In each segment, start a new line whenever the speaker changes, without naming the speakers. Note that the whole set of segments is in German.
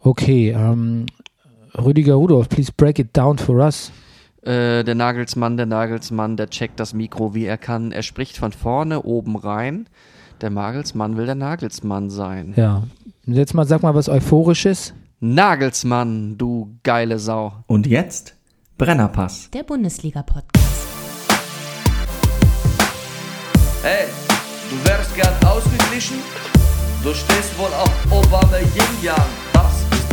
Okay, ähm, Rüdiger Rudolph, please break it down for us.
Äh, der Nagelsmann, der Nagelsmann, der checkt das Mikro, wie er kann. Er spricht von vorne oben rein. Der Nagelsmann will der Nagelsmann sein.
Ja. Jetzt mal, sag mal was Euphorisches.
Nagelsmann, du geile Sau.
Und jetzt Brennerpass.
Der Bundesliga-Podcast.
Hey, du wärst gern ausgeglichen? Du stehst wohl auf Obama Yin Yang. Das ist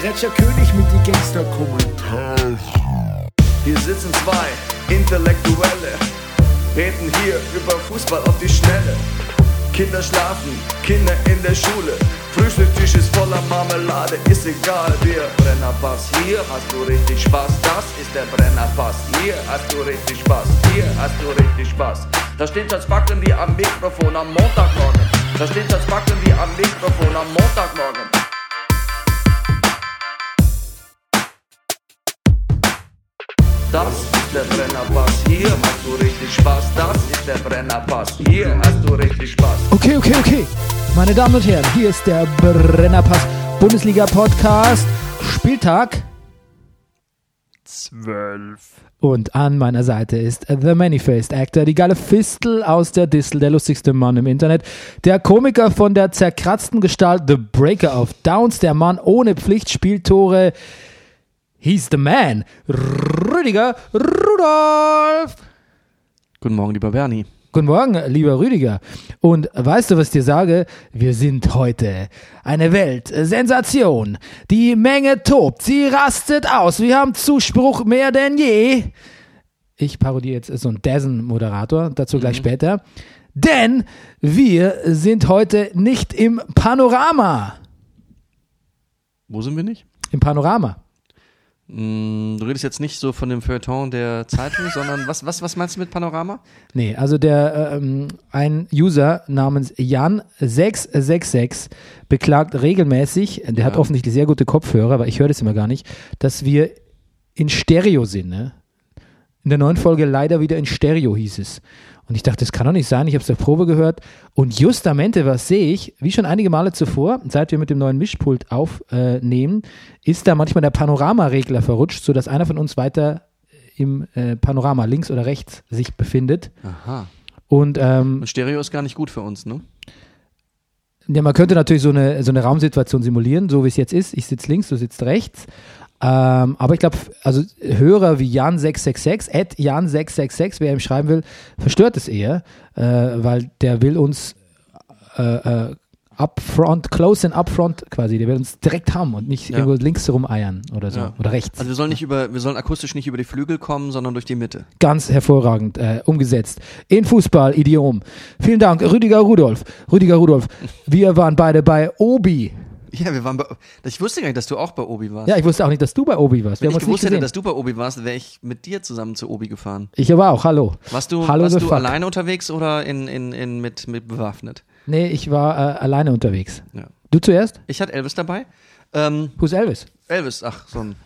Gretscher König mit die Gangster-Kommentare.
Hier sitzen zwei Intellektuelle. Reden hier über Fußball auf die Schnelle. Kinder schlafen, Kinder in der Schule. Frühstückstisch ist voller Marmelade, ist egal, wir Brennerpass. Hier hast du richtig Spaß, das ist der Brennerpass. Hier hast du richtig Spaß, hier hast du richtig Spaß. Da steht das Backen wie am Mikrofon am Montagmorgen. Da steht das Backen wie am Mikrofon am Montagmorgen. Das ist der Brennerpass, hier hast du richtig Spaß. Das ist der Brennerpass, hier hast du richtig Spaß.
Okay, okay, okay. Meine Damen und Herren, hier ist der Brennerpass Bundesliga Podcast Spieltag
Zwölf.
und an meiner Seite ist The Many-Faced Actor, die geile Fistel aus der Distel, der lustigste Mann im Internet, der Komiker von der zerkratzten Gestalt The Breaker of Downs, der Mann ohne Pflichtspieltore. He's the man, Rüdiger Rudolf.
Guten Morgen, lieber Bernie.
Guten Morgen, lieber Rüdiger. Und weißt du, was ich dir sage? Wir sind heute eine Weltsensation. Die Menge tobt, sie rastet aus. Wir haben Zuspruch mehr denn je. Ich parodiere jetzt so einen Dessen-Moderator, dazu gleich später. Denn wir sind heute nicht im Panorama.
Wo sind wir nicht?
Im Panorama.
Mm, du redest jetzt nicht so von dem Feuilleton der Zeitung, sondern was, was, was meinst du mit Panorama?
Nee, also der ähm, ein User namens Jan666 beklagt regelmäßig, der hat
Ja.
offensichtlich sehr gute Kopfhörer, aber ich höre das immer gar nicht, dass wir in Stereo sind. Ne? In der neuen Folge leider wieder in Stereo hieß es. Und ich dachte, das kann doch nicht sein, ich habe es der Probe gehört. Und justamente, was sehe ich, wie schon einige Male zuvor, seit wir mit dem neuen Mischpult aufnehmen, ist da manchmal der Panoramaregler verrutscht, sodass einer von uns weiter im äh, Panorama links oder rechts sich befindet.
Aha.
Und ähm,
Und Stereo ist gar nicht gut für uns, ne?
ja, man könnte natürlich so eine, so eine Raumsituation simulieren, so wie es jetzt ist. Ich sitze links, du sitzt rechts. Ähm, aber ich glaube, also Hörer wie Jan666, at Jan666, wer ihm schreiben will, verstört es eher, äh, weil der will uns äh, äh, upfront, close and upfront quasi, der will uns direkt haben und nicht
Ja.
irgendwo links rumeiern oder so
Ja.
oder rechts.
Also wir sollen nicht über, wir sollen akustisch nicht über die Flügel kommen, sondern durch die Mitte.
ganz hervorragend äh, umgesetzt. In Fußball-Idiom. Vielen Dank, Rüdiger Rudolf. Rüdiger Rudolf, wir waren beide bei Obi.
Ja, wir waren bei, ich wusste gar nicht, dass du auch bei Obi warst.
Ja, ich wusste auch nicht, dass du bei Obi warst. Wir
Wenn
haben uns nicht
ich gewusst hätte,
gesehen.
dass du bei Obi warst, wäre ich mit dir zusammen zu Obi gefahren.
ich aber auch, hallo.
Warst du,
Hallo,
warst
the
du
fuck.
alleine unterwegs oder in, in, in, mit, mit bewaffnet?
Nee, ich war äh, alleine unterwegs.
Ja.
Du zuerst?
Ich hatte Elvis dabei. Ähm,
Who's Elvis?
Elvis, ach, so ein,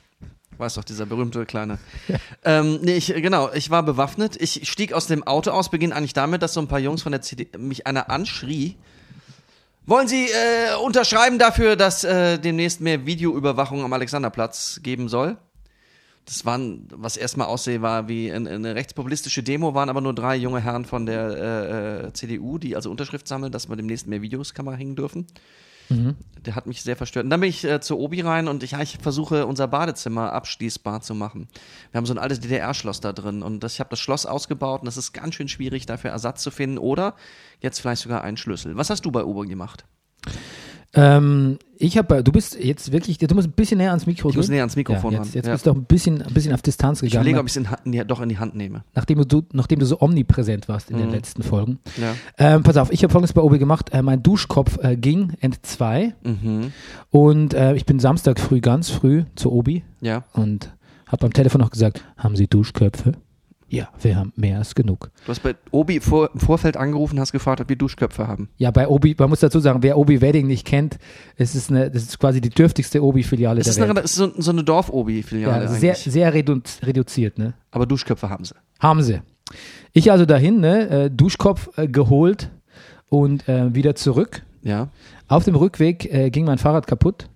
weiß doch, dieser berühmte kleine. ähm, nee, ich, genau, ich war bewaffnet. Ich stieg aus dem Auto aus, beginn eigentlich damit, dass so ein paar Jungs von der CD mich einer anschrie. Wollen Sie äh, unterschreiben dafür, dass äh, demnächst mehr Videoüberwachung am Alexanderplatz geben soll? Das waren, was erstmal aussehen war wie ein, eine rechtspopulistische Demo, waren aber nur drei junge Herren von der äh, äh, CDU, die also Unterschrift sammeln, dass wir demnächst mehr Videoskamera hängen dürfen. Der hat mich sehr verstört. Und dann bin ich äh, zu Obi rein und ich, ja, ich versuche, unser Badezimmer abschließbar zu machen. Wir haben so ein altes DDR-Schloss da drin und das, ich habe das Schloss ausgebaut und es ist ganz schön schwierig, dafür Ersatz zu finden oder jetzt vielleicht sogar einen Schlüssel. Was hast du bei Obi gemacht?
Ähm, ich habe, du bist jetzt wirklich, du musst ein bisschen näher ans Mikro
Ich muss näher ans Mikrofon
ja,
ran.
Jetzt, jetzt
Ja.
bist du auch ein bisschen, ein bisschen auf Distanz
Ich
gegangen, ne?
überlege, ob ich es doch in die Hand nehme.
nachdem, du, nachdem du so omnipräsent warst
Mhm.
in den letzten Folgen.
Ja.
Ähm, pass auf, ich habe folgendes bei Obi gemacht. Äh, mein Duschkopf äh, ging entzwei
Mhm.
und äh, ich bin Samstag früh, ganz früh zu Obi
Ja.
und habe beim Telefon auch gesagt, haben Sie Duschköpfe? Ja, wir haben mehr als genug.
Du hast bei Obi vor, im Vorfeld angerufen, hast gefragt, ob wir Duschköpfe haben.
Ja, bei Obi, man muss dazu sagen, wer Obi Wedding nicht kennt, es ist, eine, das ist quasi die dürftigste Obi-Filiale
Es
der
ist, eine,
Welt.
es ist so, so eine Dorf-Obi-Filiale
Ja, sehr,
eigentlich.
sehr redu reduziert, ne?
Aber Duschköpfe haben sie.
Haben sie. Ich also dahin, ne, äh, Duschkopf äh, geholt und äh, wieder zurück.
Ja.
Auf dem Rückweg äh, ging mein Fahrrad kaputt.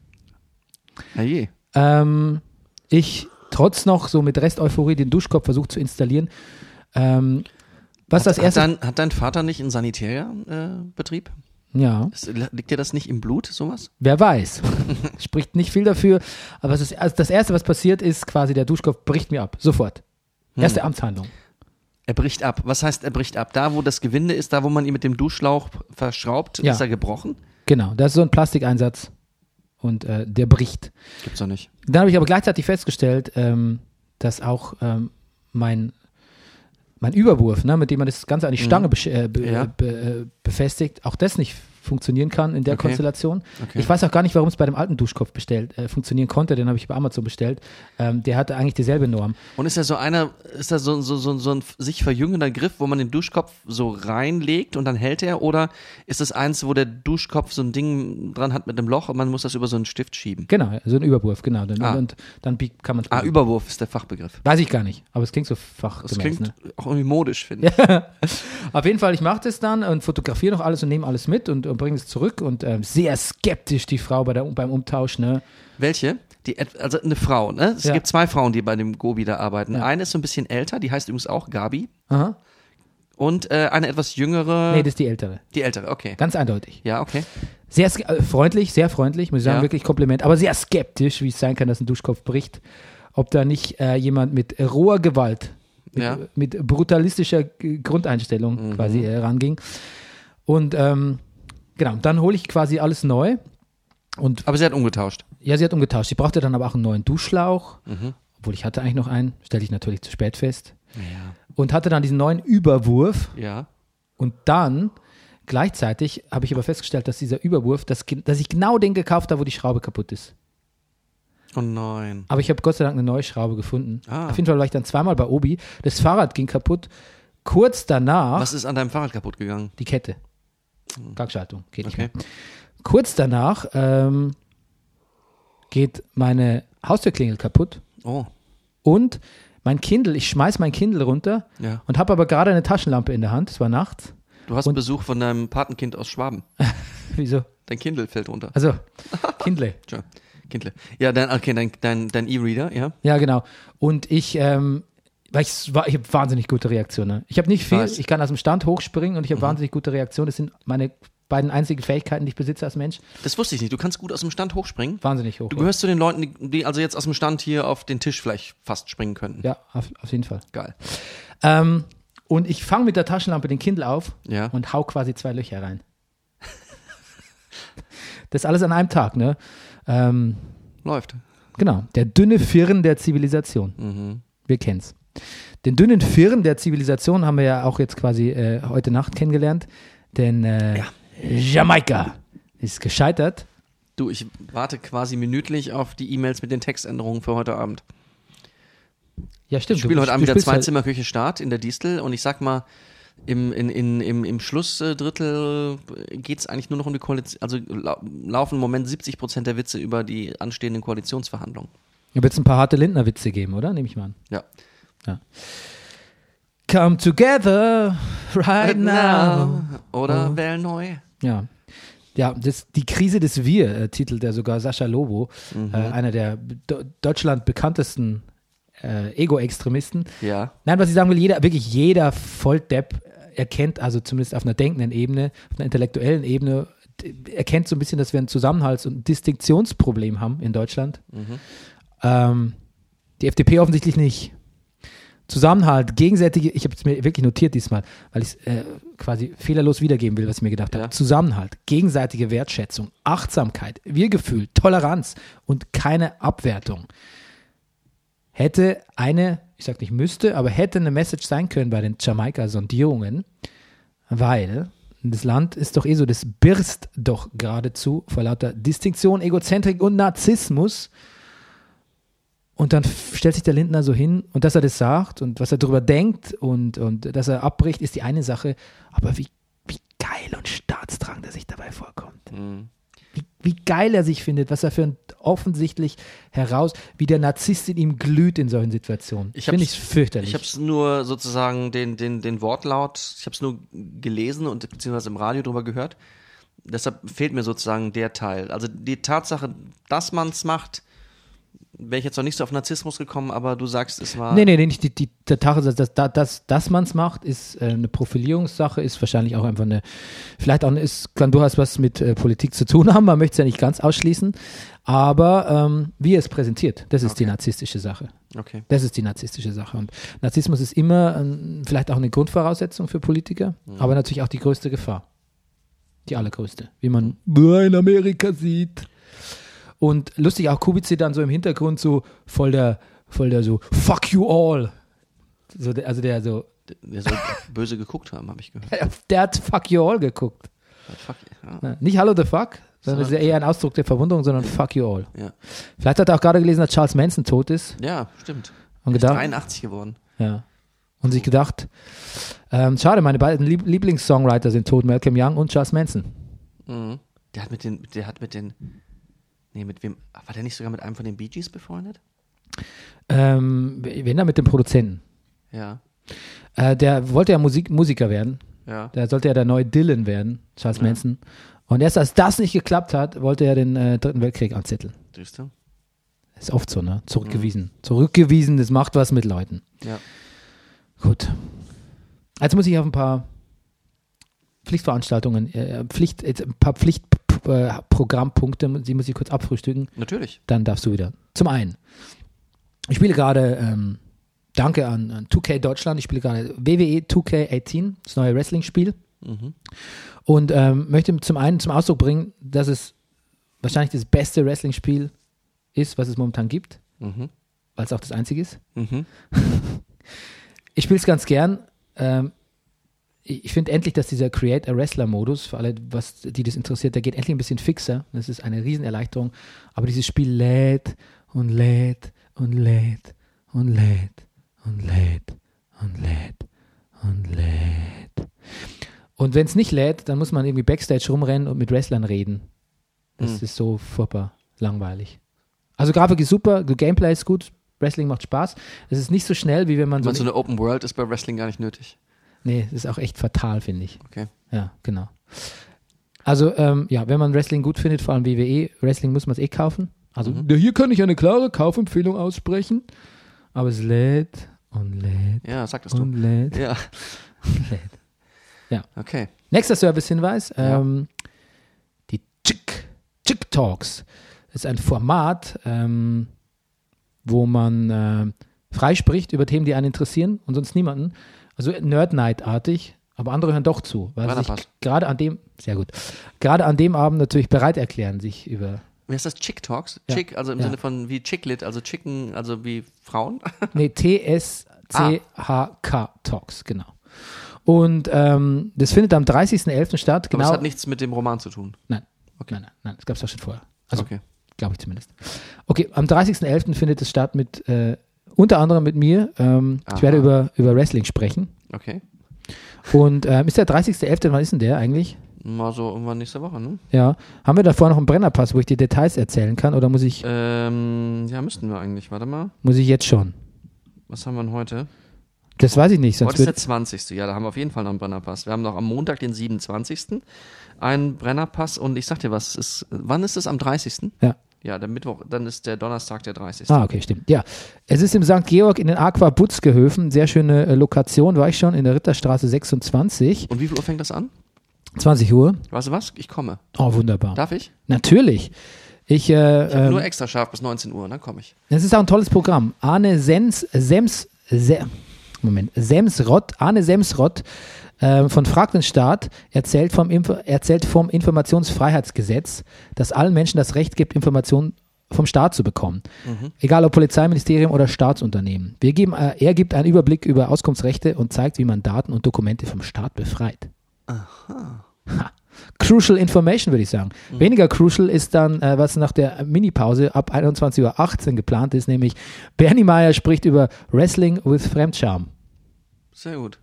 Na je.
Ähm, ich trotz noch so mit Resteuphorie den Duschkopf versucht zu installieren. Ähm, was das
Hat
erste?
dein, hat dein Vater nicht einen Sanitärbetrieb? Äh, Betrieb?
ja,
Ist- liegt dir das nicht im Blut, sowas?
wer weiß. Spricht nicht viel dafür. Aber es ist, also das erste, was passiert, ist quasi der Duschkopf bricht mir ab. Sofort.
Hm.
Erste Amtshandlung.
Er bricht ab. Was heißt, er bricht ab? Da, wo das Gewinde ist, da, wo man ihn mit dem Duschschlauch verschraubt,
Ja.
ist er gebrochen?
Genau, das ist so ein Plastikeinsatz und äh, der bricht.
Gibt's doch nicht.
Dann habe ich aber gleichzeitig festgestellt, ähm, dass auch ähm, mein, mein Überwurf, ne, mit dem man das Ganze an die Stange besch- äh, be
Hm. Ja.
be äh, befestigt, auch das nicht funktionieren kann in der
Okay.
Konstellation.
Okay.
Ich weiß auch gar nicht, warum es bei dem alten Duschkopf bestellt, äh, funktionieren konnte, den habe ich bei Amazon bestellt. Ähm, der hatte eigentlich dieselbe Norm.
Und ist ja so einer, ist da so, so, so, so ein sich verjüngender Griff, wo man den Duschkopf so reinlegt und dann hält er? Oder ist das eins, wo der Duschkopf so ein Ding dran hat mit einem Loch und man muss das über so einen Stift schieben?
Genau, so ein Überwurf, genau. Dann,
Ah.
Und dann biegt- kann man
Ah, Überwurf ist der Fachbegriff.
Weiß ich gar nicht, aber es klingt so fachgemäß.
Das klingt
ne?
auch irgendwie modisch, finde ich.
Auf jeden Fall, ich mache das dann und fotografiere noch alles und nehme alles mit und, und bringe es zurück. Und ähm, sehr skeptisch die Frau bei der, beim Umtausch, ne?
Welche? Die, et- also eine Frau, ne? Es
Ja.
gibt zwei Frauen, die bei dem Gobi da arbeiten. Eine ist so ein bisschen älter, die heißt übrigens auch Gabi.
Aha.
Und äh, eine etwas jüngere,
Nee, das ist die ältere.
die ältere, okay.
Ganz eindeutig.
Ja, okay.
Sehr ske- äh, freundlich, sehr freundlich, muss ich sagen,
Ja.
wirklich Kompliment, aber sehr skeptisch, wie es sein kann, dass ein Duschkopf bricht. Ob da nicht äh, jemand mit roher Gewalt, mit,
Ja. Mhm.
mit brutalistischer G- Grundeinstellung quasi äh, ranging. Und ähm, genau, dann hole ich quasi alles neu. Und
Aber sie hat umgetauscht.
Ja, sie hat umgetauscht. Sie brauchte dann aber auch einen neuen Duschschlauch.
Mhm.
Obwohl ich hatte eigentlich noch einen, stelle ich natürlich zu spät fest. Und hatte dann diesen neuen Überwurf.
Ja.
Und dann gleichzeitig habe ich aber festgestellt, dass dieser Überwurf, dass, gen- dass ich genau den gekauft habe, wo die Schraube kaputt ist.
Oh nein.
Aber ich habe Gott sei Dank eine neue Schraube gefunden.
Ah.
Auf jeden Fall war ich dann zweimal bei Obi. Das Fahrrad ging kaputt. Kurz danach
Was ist an deinem Fahrrad kaputt gegangen?
die Kette. Gangschaltung, geht nicht
Okay.
mehr. Kurz danach ähm, geht meine Haustürklingel kaputt.
Oh,
und mein Kindle, ich schmeiß mein Kindle runter
Ja.
und habe aber gerade eine Taschenlampe in der Hand, es war nachts.
du hast
Und-
Besuch von deinem Patenkind aus Schwaben.
Wieso?
Dein Kindle fällt runter.
Also, Kindle.
Tja, Kindle. Ja, dein, okay, dein, dein, dein E-Reader, ja.
Ja, genau. Und ich, ähm, weil ich, war, ich habe wahnsinnig gute Reaktionen. ne? Ich habe nicht viel,
Weiß. Mhm.
ich kann aus dem Stand hochspringen und ich habe wahnsinnig gute Reaktionen. Das sind meine beiden einzigen Fähigkeiten, die ich besitze als Mensch.
Das wusste ich nicht. Du kannst gut aus dem Stand hochspringen.
Wahnsinnig hoch.
Du gehörst zu den Leuten, die, die also jetzt aus dem Stand hier auf den Tisch vielleicht fast springen könnten.
ja, auf, auf jeden Fall.
Geil.
Ähm, und ich fange mit der Taschenlampe den Kindle auf
Ja.
und hau quasi zwei Löcher rein. das alles an einem Tag, ne? Ähm,
Läuft.
Genau, der dünne Firn der Zivilisation.
Mhm.
Wir kennen's. Den dünnen Firn der Zivilisation haben wir ja auch jetzt quasi äh, heute Nacht kennengelernt, denn äh, Jamaika ist gescheitert.
Du, ich warte quasi minütlich auf die E-Mails mit den Textänderungen für heute Abend.
Ja, stimmt.
Ich spiele heute Abend wieder
spielst halt-
Zweizimmerküche Start in der Distel und ich sag mal, im, in, in, im, im Schlussdrittel geht es eigentlich nur noch um die Koalition. Also lau laufen im Moment 70 Prozent der Witze über die anstehenden Koalitionsverhandlungen.
Da wird es ein paar harte Lindner-Witze geben, oder? Nehme ich mal an.
Ja.
Come together right now.
Oder wähl neu.
Ja. Ja, das, die Krise des Wir äh, titelt ja sogar Sascha Lobo,
Mhm.
äh, einer der Do Deutschland bekanntesten äh, Ego-Extremisten.
Ja.
Nein, was ich sagen will, jeder, wirklich jeder Volldepp erkennt, also zumindest auf einer denkenden Ebene, auf einer intellektuellen Ebene, d- erkennt so ein bisschen, dass wir ein Zusammenhalts- und Distinktionsproblem haben in Deutschland. Ähm, die FDP offensichtlich nicht. Zusammenhalt, gegenseitige, ich habe es mir wirklich notiert diesmal, weil ich es äh, quasi fehlerlos wiedergeben will, was ich mir gedacht
Ja.
habe. Zusammenhalt, gegenseitige Wertschätzung, Achtsamkeit, Wirgefühl, Toleranz und keine Abwertung. Hätte eine, ich sag nicht müsste, aber hätte eine Message sein können bei den Jamaika-Sondierungen, weil das Land ist doch eh so, das birst doch geradezu vor lauter Distinktion, Egozentrik und Narzissmus. Und dann f- stellt sich der Lindner so hin und dass er das sagt und was er darüber denkt und, und dass er abbricht, ist die eine Sache. Aber wie, wie geil und staatsdrang der sich dabei vorkommt.
Mhm.
Wie, wie geil er sich findet, was er für ein offensichtlich heraus, wie der Narzisst in ihm glüht in solchen Situationen.
Ich
Finde
hab's-
ich fürchterlich.
Ich habe es nur sozusagen den, den, den Wortlaut, ich habe es nur gelesen und beziehungsweise im Radio drüber gehört. Deshalb fehlt mir sozusagen der Teil. Also die Tatsache, dass man es macht, wäre ich jetzt noch nicht so auf Narzissmus gekommen, aber du sagst, es war.
Nee, nee, nee, nicht die, die, der also Tatsache, dass, dass, dass, dass man es macht, ist äh, eine Profilierungssache, ist wahrscheinlich auch einfach eine, vielleicht auch, eine- ist, kann du hast was mit äh, Politik zu tun haben, man möchte es ja nicht ganz ausschließen, aber ähm, wie er es präsentiert, das ist die narzisstische Sache.
Okay.
Das ist die narzisstische Sache. Und Narzissmus ist immer ähm, vielleicht auch eine Grundvoraussetzung für Politiker, aber natürlich auch die größte Gefahr. Die allergrößte, wie man in Amerika sieht. Und lustig auch Kubicy dann so im Hintergrund so voll der, voll der so, fuck you all. So, der- also der so,
Der soll böse geguckt haben, habe ich gehört.
der hat fuck you all geguckt.
Fuck, ja.
Ja, Nicht hallo the fuck, sondern das ist ja eher ein Ausdruck der Verwunderung, sondern fuck you all.
Ja.
Vielleicht hat er auch gerade gelesen, dass Charles Manson tot ist
ja, stimmt.
und gedacht,
83 geworden.
Ja. Und sich gedacht, ähm, schade, meine beiden Lieb Lieblingssongwriter sind tot, Malcolm Young und Charles Manson.
Mhm. Der hat mit den, der hat mit den, nee, mit wem, war der nicht sogar mit einem von den Bee Gees befreundet?
Ähm, wenn dann mit dem Produzenten.
Ja,
Äh, der wollte ja Musik Musiker werden.
ja.
Da sollte ja der neue Dylan werden, Charles Manson. Und erst als das nicht geklappt hat, wollte er den äh, Dritten Weltkrieg anzetteln.
Siehst du?
Ist oft so, ne? Zurückgewiesen. Zurückgewiesen, das macht was mit Leuten.
Ja.
Gut. Jetzt muss ich auf ein paar Pflichtveranstaltungen, äh, Pflicht, jetzt ein paar Pflichtprogrammpunkte, die muss ich kurz abfrühstücken.
Natürlich.
dann darfst du wieder. Zum einen, ich spiele gerade, ähm, danke an, an 2K Deutschland, ich spiele gerade E WWE 2K18, das neue Wrestling-Spiel. Und ähm, möchte zum einen zum Ausdruck bringen, dass es wahrscheinlich das beste Wrestling-Spiel ist, was es momentan gibt,
Mhm.
weil es auch das einzige ist.
Mhm.
Ich spiele es ganz gern. Ähm, ich ich finde endlich, dass dieser Create a Wrestler-Modus, für alle, was, die das interessiert, der geht endlich ein bisschen fixer. Das ist eine Riesenerleichterung. Aber dieses Spiel lädt und lädt und lädt und lädt und lädt und lädt und lädt. Und wenn es nicht lädt, dann muss man irgendwie Backstage rumrennen und mit Wrestlern reden. Das ist so furchtbar langweilig. Also Grafik ist super, Gameplay ist gut, Wrestling macht Spaß. Es ist nicht so schnell, wie wenn man so
Meinst du, eine Open World ist bei Wrestling gar nicht nötig?
Nee, das ist auch echt fatal, finde ich.
Okay.
Ja, genau. Also, ähm, ja, wenn man Wrestling gut findet, vor allem WWE, Wrestling muss man es eh kaufen. Also, na, hier kann ich eine klare Kaufempfehlung aussprechen, aber es lädt und lädt
Ja, sag das
und
du.
lädt.
Ja.
Ja.
Okay.
Nächster Servicehinweis:
Ja.
ähm, die Chick, Chick Talks ist ein Format, ähm, wo man ähm, frei spricht über Themen, die einen interessieren und sonst niemanden. Also Nerd Night artig, aber andere hören doch zu, weil sie sich
Wanderpass.
gerade an dem sehr gut, gerade an dem Abend natürlich bereit erklären, sich über
Wie heißt das? Chick Talks?
Ja.
Chick, also im
Ja.
Sinne von wie Chicklit, also Chicken, also wie Frauen.
Nee,
Ah.
T-S-C-H-K Talks, genau. Und ähm, das findet am 30.11. statt.
Aber
Genau.
das hat nichts mit dem Roman zu tun.
nein. nein, nein, nein, das gab es auch schon vorher. Also
okay.
glaube ich zumindest. Okay, am 30.11. findet es statt mit, äh, unter anderem mit mir. Ähm, ich
Aha.
werde über, über Wrestling sprechen.
Okay.
Und ähm, ist der 30.11., wann ist denn der eigentlich?
Mal so irgendwann nächste Woche, ne?
Ja. Haben wir davor noch einen Brennerpass, wo ich dir Details erzählen kann? Oder muss ich,
Ähm, ja, müssten wir eigentlich. Warte mal.
muss ich jetzt schon?
Was haben wir denn heute?
Das weiß ich nicht. Sonst
Heute ist der
wird,
20. Ja, da haben wir auf jeden Fall noch einen Brennerpass. Wir haben noch am Montag, den 27. einen Brennerpass und ich sag dir was, es ist, wann ist es am 30.?
Ja.
Ja, der Mittwoch, dann ist der Donnerstag der 30.
ah, okay, stimmt. Ja. Es ist im St. Georg in den Aqua Butzgehöfen. Sehr schöne äh, Lokation, war ich schon, in der Ritterstraße 26.
Und wie viel Uhr fängt das an?
20 Uhr.
Weißt du was? Ich komme.
Oh, wunderbar.
Darf ich?
Natürlich. Ich, äh, ähm,
Nur extra scharf bis 19 Uhr, dann komme ich.
Das ist auch ein tolles Programm. Arne Sens, Sems, Se, Moment, Semsrott, Arne Semsrott ähm, von Frag den Staat erzählt vom, Info- erzählt vom Informationsfreiheitsgesetz, das allen Menschen das Recht gibt, Informationen vom Staat zu bekommen. Egal ob Polizeiministerium oder Staatsunternehmen. Wir geben, äh, er gibt einen Überblick über Auskunftsrechte und zeigt, wie man Daten und Dokumente vom Staat befreit. Ha. Crucial Information, würde ich sagen. Weniger crucial ist dann, äh, was nach der Minipause ab 21.18 Uhr geplant ist, nämlich Bernie Meyer spricht über Wrestling with Fremdscham.
Sehr gut.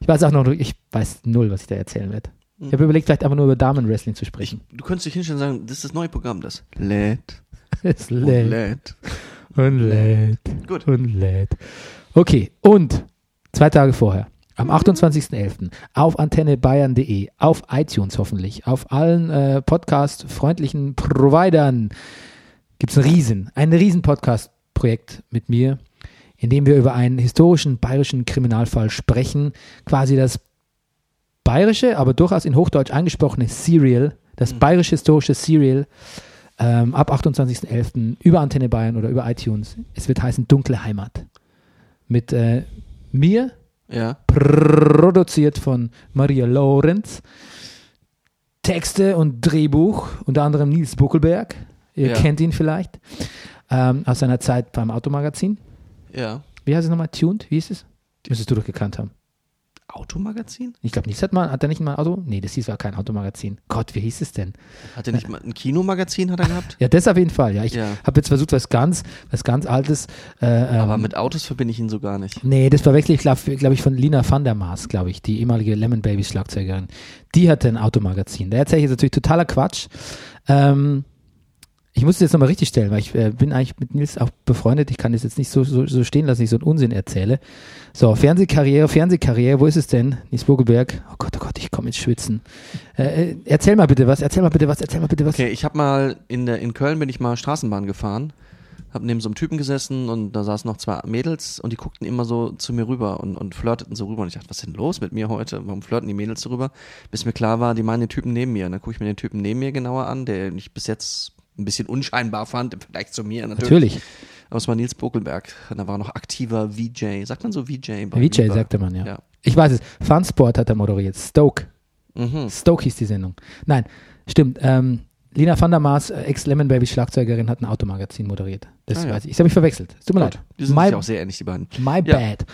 Ich weiß auch noch, ich weiß null, was ich da erzählen werde. Ich habe überlegt, vielleicht einfach nur über Damenwrestling zu
Ich,
sprechen.
du könntest dich hinstellen und sagen, das ist das neue Programm, das lädt
Es
und
lädt
lädt.
und lädt
Gut.
und lädt. Okay, und zwei Tage vorher, am 28.11. auf antennebayern.de, auf iTunes hoffentlich, auf allen äh, podcast-freundlichen Providern gibt es ein riesen, ein riesen Podcast-Projekt mit mir, in dem wir über einen historischen bayerischen Kriminalfall sprechen. Quasi das bayerische, aber durchaus in Hochdeutsch angesprochene Serial, das bayerisch-historische Serial, ähm, ab 28.11. über Antenne Bayern oder über iTunes. Es wird heißen Dunkle Heimat. Mit äh, mir,
Ja.
produziert von Maria Lorenz. Texte und Drehbuch, unter anderem Nils Buckelberg. Ihr
Ja.
kennt ihn vielleicht. Ähm, aus seiner Zeit beim Automagazin.
Ja.
Wie heißt es nochmal? Tuned? Wie hieß es? Müsstest du doch gekannt haben.
Automagazin?
Ich glaube, Nils hat mal, hat er nicht mal ein Auto? Nee, das hieß war kein Automagazin. Gott, wie hieß es denn?
Hat er nicht mal ein Kinomagazin hat er gehabt?
Ja, das auf jeden Fall. Ja, ich
Ja.
habe jetzt versucht, was ganz, was ganz Altes. Äh, ähm,
Aber mit Autos verbinde ich ihn so gar nicht.
Nee, das verwechsel ich, glaube glaub ich, von Lina van der Maas, glaube ich, die ehemalige Lemon Baby Schlagzeugerin. Die hatte ein Automagazin. Der erzähle ich jetzt natürlich totaler Quatsch. Ähm, ich muss es jetzt nochmal richtig stellen, weil ich äh, bin eigentlich mit Nils auch befreundet. Ich kann das jetzt nicht so, so, so stehen lassen, dass ich so einen Unsinn erzähle. So, Fernsehkarriere, Fernsehkarriere, wo ist es denn? Nils Burgeberg. Oh Gott, oh Gott, ich komme ins Schwitzen. Äh, äh, erzähl mal bitte was, erzähl mal bitte was, erzähl mal bitte was.
Okay, ich habe mal in der in Köln bin ich mal Straßenbahn gefahren, habe neben so einem Typen gesessen und da saßen noch zwei Mädels und die guckten immer so zu mir rüber und, und flirteten so rüber und ich dachte, was ist denn los mit mir heute? Warum flirten die Mädels so rüber? Bis mir klar war, die meinen den Typen neben mir. Und dann gucke ich mir den Typen neben mir genauer an, der ich bis jetzt ein bisschen unscheinbar fand, im Vergleich zu mir natürlich.
Natürlich.
Aber es war Nils Bokelberg und da war noch aktiver VJ. Sagt man so VJ? bei
VJ
Viva?
sagte man, ja.
Ja.
Ich weiß es. Funsport hat er moderiert. Stoke.
Mhm.
Stoke hieß die Sendung. Nein, stimmt. Ähm, Lina van der Maas, äh, Ex-Lemon Baby Schlagzeugerin, hat ein Automagazin moderiert. Das
Ah, ja.
weiß ich. Ich habe mich verwechselt. Es Tut mir
Gut,
leid.
die sind
My,
sich auch sehr ähnlich, die beiden.
my
Ja.
bad.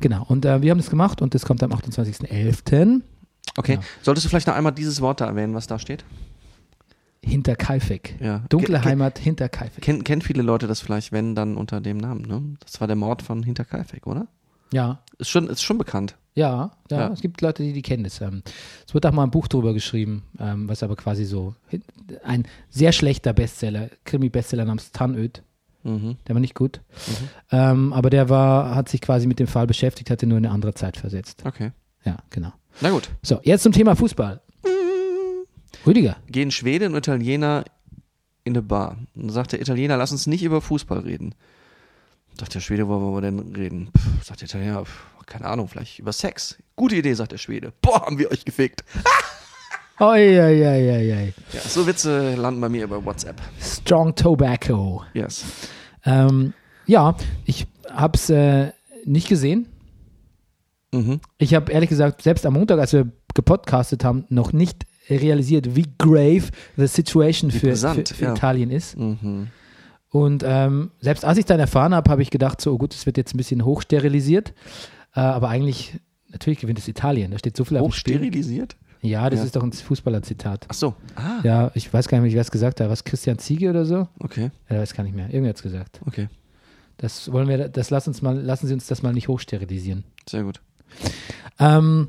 Genau. Und äh, wir haben das gemacht und das kommt am 28.11.
Okay,
Ja.
solltest du vielleicht noch einmal dieses Wort da erwähnen, was da steht?
hinter Kaifek.
Ja.
Dunkle
Ge- ge-
Heimat hinter Kaifek.
Kennen kennt viele Leute das vielleicht, wenn dann unter dem Namen, ne? Das war der Mord von Hinterkaifeck, oder?
Ja.
Ist schon, ist schon bekannt.
Ja, ja,
Ja.
es gibt Leute, die die kennen das. Ähm, es wird auch mal ein Buch drüber geschrieben, ähm, was aber quasi so hin- ein sehr schlechter Bestseller, Krimi-Bestseller namens Tanöd.
Mhm.
Der war nicht gut. Ähm, aber der war, hat sich quasi mit dem Fall beschäftigt, hatte nur in eine andere Zeit versetzt.
Okay.
Ja, genau.
Na gut.
So, jetzt zum Thema Fußball. Rüdiger,
Gehen Schweden und Italiener in eine Bar. Und dann sagt der Italiener, lass uns nicht über Fußball reden. Sagt der Schwede, worüber wollen wir denn reden? Pff, sagt der Italiener, pff, keine Ahnung, vielleicht über Sex. Gute Idee, sagt der Schwede. Boah, haben wir euch gefickt.
oi, oi, oi, oi, oi.
Ja, so Witze landen bei mir über WhatsApp.
Strong Tobacco.
Yes.
Ähm, ja, ich habe es äh, nicht gesehen.
Mhm.
Ich habe ehrlich gesagt, selbst am Montag, als wir gepodcastet haben, noch nicht realisiert, wie grave the situation für, für,
brisant,
für
ja.
Italien ist.
Mhm.
Und ähm, selbst als ich dann erfahren habe, habe ich gedacht, so oh gut, es wird jetzt ein bisschen hochsterilisiert. Äh, aber eigentlich, natürlich gewinnt es Italien. Da steht so
Oh,
viel auf dem Spiel.
Hochsterilisiert?
Ja, das
Ja.
ist doch ein Fußballer-Zitat.
Ach so. Ah,
Ja, ich weiß gar nicht mehr, wer es gesagt hat. Was Christian Ziege oder so?
okay,
Ja, weiß gar nicht mehr. Irgendwer hat es gesagt.
okay.
Das wollen wir, das lassen uns mal, lassen Sie uns das mal nicht hochsterilisieren.
Sehr gut.
Ähm,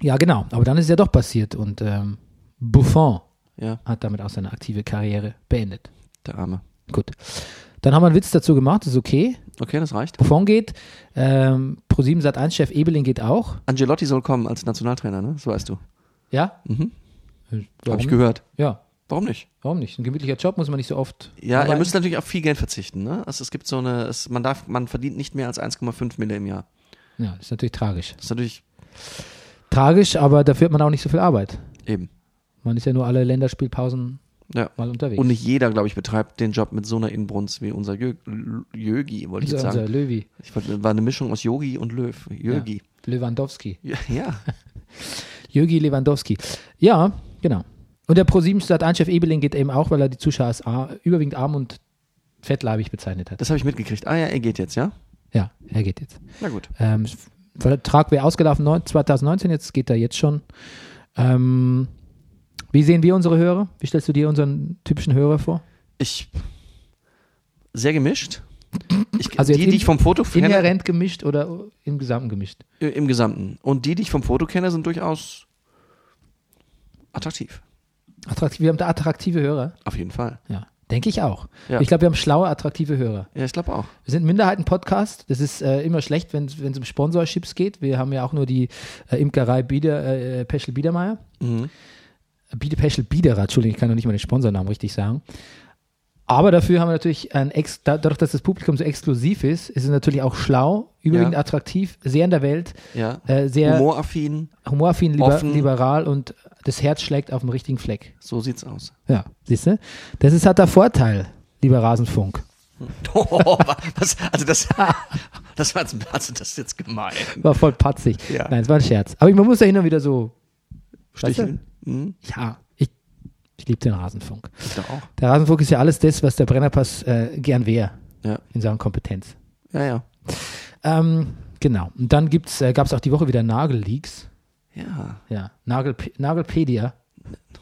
ja, genau. Aber dann ist es ja doch passiert und ähm, Buffon
Ja,
hat damit auch seine aktive Karriere beendet.
der Arme.
Gut. Dann haben wir einen Witz dazu gemacht, ist okay.
Okay, das reicht.
Buffon geht, ähm, Pro7 Sat1-Chef Ebeling geht auch.
Angelotti soll kommen als Nationaltrainer, ne? Das weißt du.
Ja? Äh,
Mhm.
Warum?
Habe ich gehört.
Ja,
Warum nicht?
warum nicht? Ein gemütlicher Job muss man nicht so oft.
Ja, er
arbeiten.
müsste natürlich auf viel Geld verzichten, ne? Also es gibt so eine, es, man darf, man verdient nicht mehr als 1,5 Millionen im Jahr.
Ja, ist natürlich tragisch.
Das ist natürlich
Tragisch, aber dafür hat man auch nicht so viel Arbeit.
eben.
Man ist ja nur alle Länderspielpausen
Ja.
mal unterwegs.
Und nicht jeder, glaube ich, betreibt den Job mit so einer Inbrunst wie unser Jö- Jögi, wollte ich jetzt
unser, unser
sagen.
Löwi,
Ich wollte, war eine Mischung aus Yogi und Löw. Jögi.
Lewandowski.
Ja. ja.
Jürgi Lewandowski. Ja, genau. Und der Pro7 Stadt 1 Chef Ebeling geht eben auch, weil er die Zuschauer als ar- überwiegend arm und fettleibig bezeichnet hat.
Das habe ich mitgekriegt. Ah ja, er geht jetzt, ja?
Ja, er geht jetzt.
Na gut.
Ähm, Vertrag wäre ausgelaufen neun- 2019, jetzt geht er jetzt schon. Ähm, wie sehen wir unsere Hörer? Wie stellst du dir unseren typischen Hörer vor?
Ich. Sehr gemischt. Ich,
Also jetzt
die, die
in-
ich vom Foto kenne,
Inhärent gemischt oder im Gesamten gemischt?
äh, im Gesamten. Und die, die ich vom Foto kenne, sind durchaus attraktiv.
Attraktiv, wir haben da attraktive Hörer.
Auf jeden Fall.
Ja, denke ich auch.
Ja.
Ich glaube, wir haben schlaue, attraktive Hörer.
Ja, ich glaube auch.
Wir sind ein Minderheiten-Podcast. Das ist äh, immer schlecht, wenn es um Sponsorships geht. Wir haben ja auch nur die äh, Imkerei Bieder, äh, Peschel Biedermeier.
Mhm.
Biede Peschel Biederer, Entschuldigung, ich kann noch nicht mal den Sponsornamen richtig sagen. Aber dafür haben wir natürlich ein Ex da- dadurch, dass das Publikum so exklusiv ist, ist es natürlich auch schlau, überwiegend
Ja.
attraktiv, sehr in der Welt,
Ja.
äh, sehr
Humoraffin.
humoraffin, liber
offen.
liberal und das Herz schlägt auf dem richtigen Fleck.
So sieht's aus.
Ja, siehst du? Das ist, hat der Vorteil, lieber Rasenfunk.
Oh, was, also das, das war jetzt, also das ist jetzt gemein.
War voll patzig.
Ja.
Nein, es war ein Scherz. Aber man muss ja hin und wieder so
Sticheln? Mhm.
Ja, ich, ich liebe den Rasenfunk.
Ich doch auch.
Der Rasenfunk ist ja alles das, was der Brennerpass äh, gern wäre
Ja,
in Sachen Kompetenz.
ja, ja.
Ähm, genau. Und dann gibt's, äh, gab es auch die Woche wieder Nagelleaks.
Ja.
Ja, Nagel, Nagelpedia.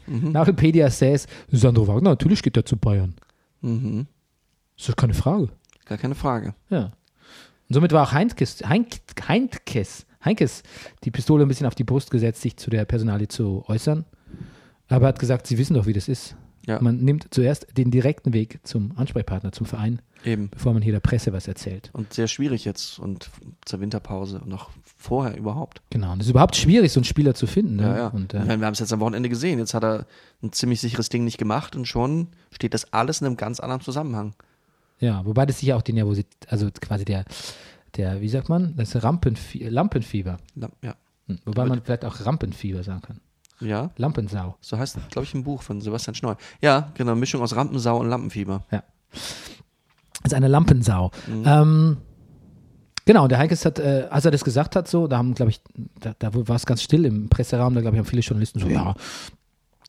Nagelpedia says, Sandro Wagner, natürlich geht er zu Bayern.
Mhm.
Ist doch keine Frage.
Gar keine Frage.
Ja. Und somit war auch Heinkes, Heink, Heinkes, Heinkes die Pistole ein bisschen auf die Brust gesetzt, sich zu der Personalie zu äußern. Aber er hat gesagt, sie wissen doch, wie das ist.
Ja.
Man nimmt zuerst den direkten Weg zum Ansprechpartner, zum Verein,
Eben.
bevor man hier der Presse was erzählt.
Und sehr schwierig jetzt und zur Winterpause und auch vorher überhaupt.
Genau. Und es ist überhaupt schwierig, so einen Spieler zu finden. Ne?
Ja, ja.
Und,
ich
äh,
meine, wir haben es jetzt am Wochenende gesehen. Jetzt hat er ein ziemlich sicheres Ding nicht gemacht und schon steht das alles in einem ganz anderen Zusammenhang.
ja, wobei das sicher auch die Nervosität, also quasi der, der, wie sagt man, das Rampenfie Lampenfieber.
La- Ja.
Hm. Wobei man vielleicht auch Rampenfieber sagen kann.
Ja.
Lampensau.
So heißt, glaube ich, ein Buch von Sebastian Schneul. Ja, genau. Mischung aus Rampensau und Lampenfieber.
ist eine Lampensau. Ähm, genau, der Heinkes hat, äh, als er das gesagt hat, so, da haben, glaube ich, da, da war es ganz still im Presseraum, da, glaube ich, haben viele Journalisten so, ja.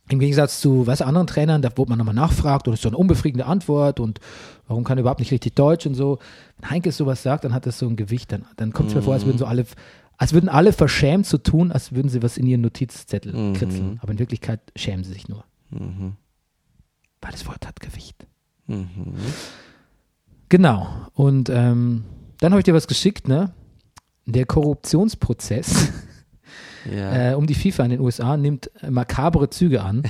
Im Gegensatz zu was anderen Trainern, da wurde man nochmal nachfragt und ist so eine unbefriedigende Antwort und warum kann er überhaupt nicht richtig Deutsch und so. Wenn Heinkes sowas sagt, dann hat das so ein Gewicht, dann, dann kommt es mir vor, als würden so alle, als würden alle verschämt so tun, als würden sie was in ihren Notizzettel kritzeln. Aber in Wirklichkeit schämen sie sich nur. Weil das Wort hat Gewicht.
Mhm,
Genau. Und ähm, dann habe ich dir was geschickt, ne? Der Korruptionsprozess
Ja.
äh, um die FIFA in den USA nimmt äh, makabre Züge an.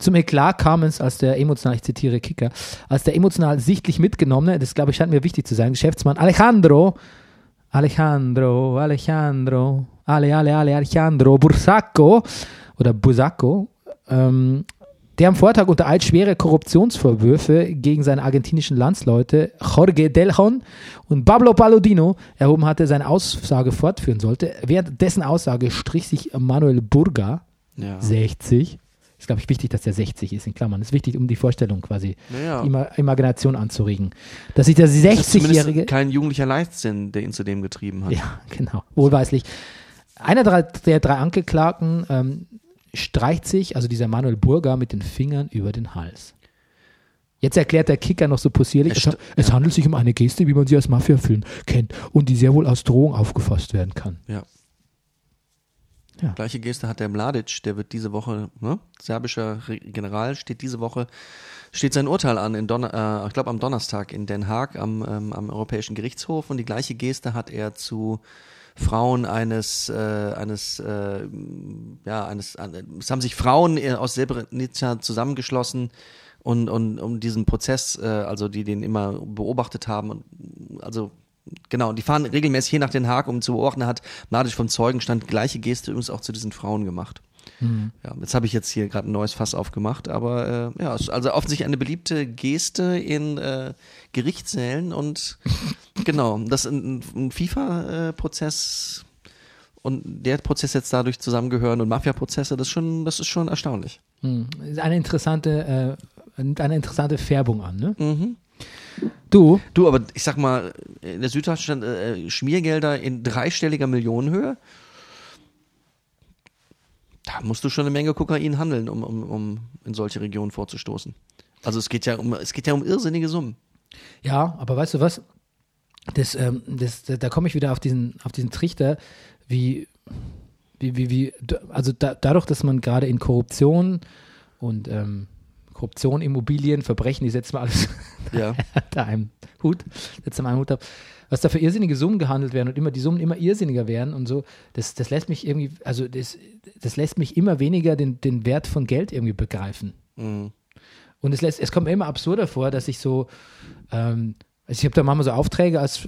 Zum Eklat kam es, als der emotional, ich zitiere Kicker, als der emotional sichtlich mitgenommene, das glaube ich scheint mir wichtig zu sein, Geschäftsmann Alejandro, Alejandro, Alejandro, Ale, Ale, Ale, Alejandro Bursaco oder Busaco, ähm, der am Vortag unter Eid schwere Korruptionsvorwürfe gegen seine argentinischen Landsleute Jorge Delhon und Pablo Paludino erhoben hatte, seine Aussage fortführen sollte. Während dessen Aussage strich sich Manuel Burga,
ja.
60. Ist, glaube ich, wichtig, dass der 60 ist, in Klammern. Ist wichtig, um die Vorstellung quasi,
Ja.
die Ima Imagination anzuregen. Dass sich der
Das ist zumindest
60-Jährige.
kein jugendlicher Leichtsinn, der ihn zu dem getrieben hat.
Ja, genau. Wohlweislich. Einer der, der drei Angeklagten ähm, streicht sich, also dieser Manuel Burger, mit den Fingern über den Hals. Jetzt erklärt der Kicker noch so possierlich,
Es
es, es handelt sich um eine Geste, wie man sie aus Mafia-Filmen kennt und die sehr wohl als Drohung aufgefasst werden kann.
Ja.
Ja.
Gleiche Geste hat der Mladic, der wird diese Woche, ne? serbischer Re- General, steht diese Woche, steht sein Urteil an, in Donner, äh, ich glaube am Donnerstag in Den Haag am, ähm, am Europäischen Gerichtshof und die gleiche Geste hat er zu Frauen eines, äh, eines, äh, ja, eines, an- es haben sich Frauen äh, aus Srebrenica zusammengeschlossen und, und um diesen Prozess, äh, also die den immer beobachtet haben und also genau, und die fahren regelmäßig hier nach Den Haag, um zu beobachten, hat Mladic vom Zeugenstand gleiche Geste übrigens auch zu diesen Frauen gemacht. Ja, jetzt habe ich jetzt hier gerade ein neues Fass aufgemacht, aber äh, ja, ist also offensichtlich eine beliebte Geste in äh, Gerichtssälen und genau, das ein, ein FIFA-Prozess und der Prozess jetzt dadurch zusammengehören und Mafia-Prozesse, das, ist schon- das ist schon erstaunlich.
Hm. Ist eine interessante, äh, nimmt eine interessante Färbung an, ne? Du,
Du, aber ich sag mal, in der Süddeutschland äh, Schmiergelder in dreistelliger Millionenhöhe, da musst du schon eine Menge Kokain handeln, um, um, um in solche Regionen vorzustoßen. Also es geht ja um, es geht ja um irrsinnige Summen.
ja, aber weißt du was? Das, ähm, das, da, da komme ich wieder auf diesen, auf diesen Trichter, wie, wie, wie, wie also da, dadurch, dass man gerade in Korruption und ähm, Korruption, Immobilien, Verbrechen, die setzen wir alles
Ja.
da einem Hut, letzter Mal einen Hut habe, was da für irrsinnige Summen gehandelt werden und immer die Summen immer irrsinniger werden und so, das, das lässt mich irgendwie, also das, das lässt mich immer weniger den, den Wert von Geld irgendwie begreifen. Und es lässt, es kommt mir immer absurder vor, dass ich so, ähm, also ich habe da manchmal so Aufträge als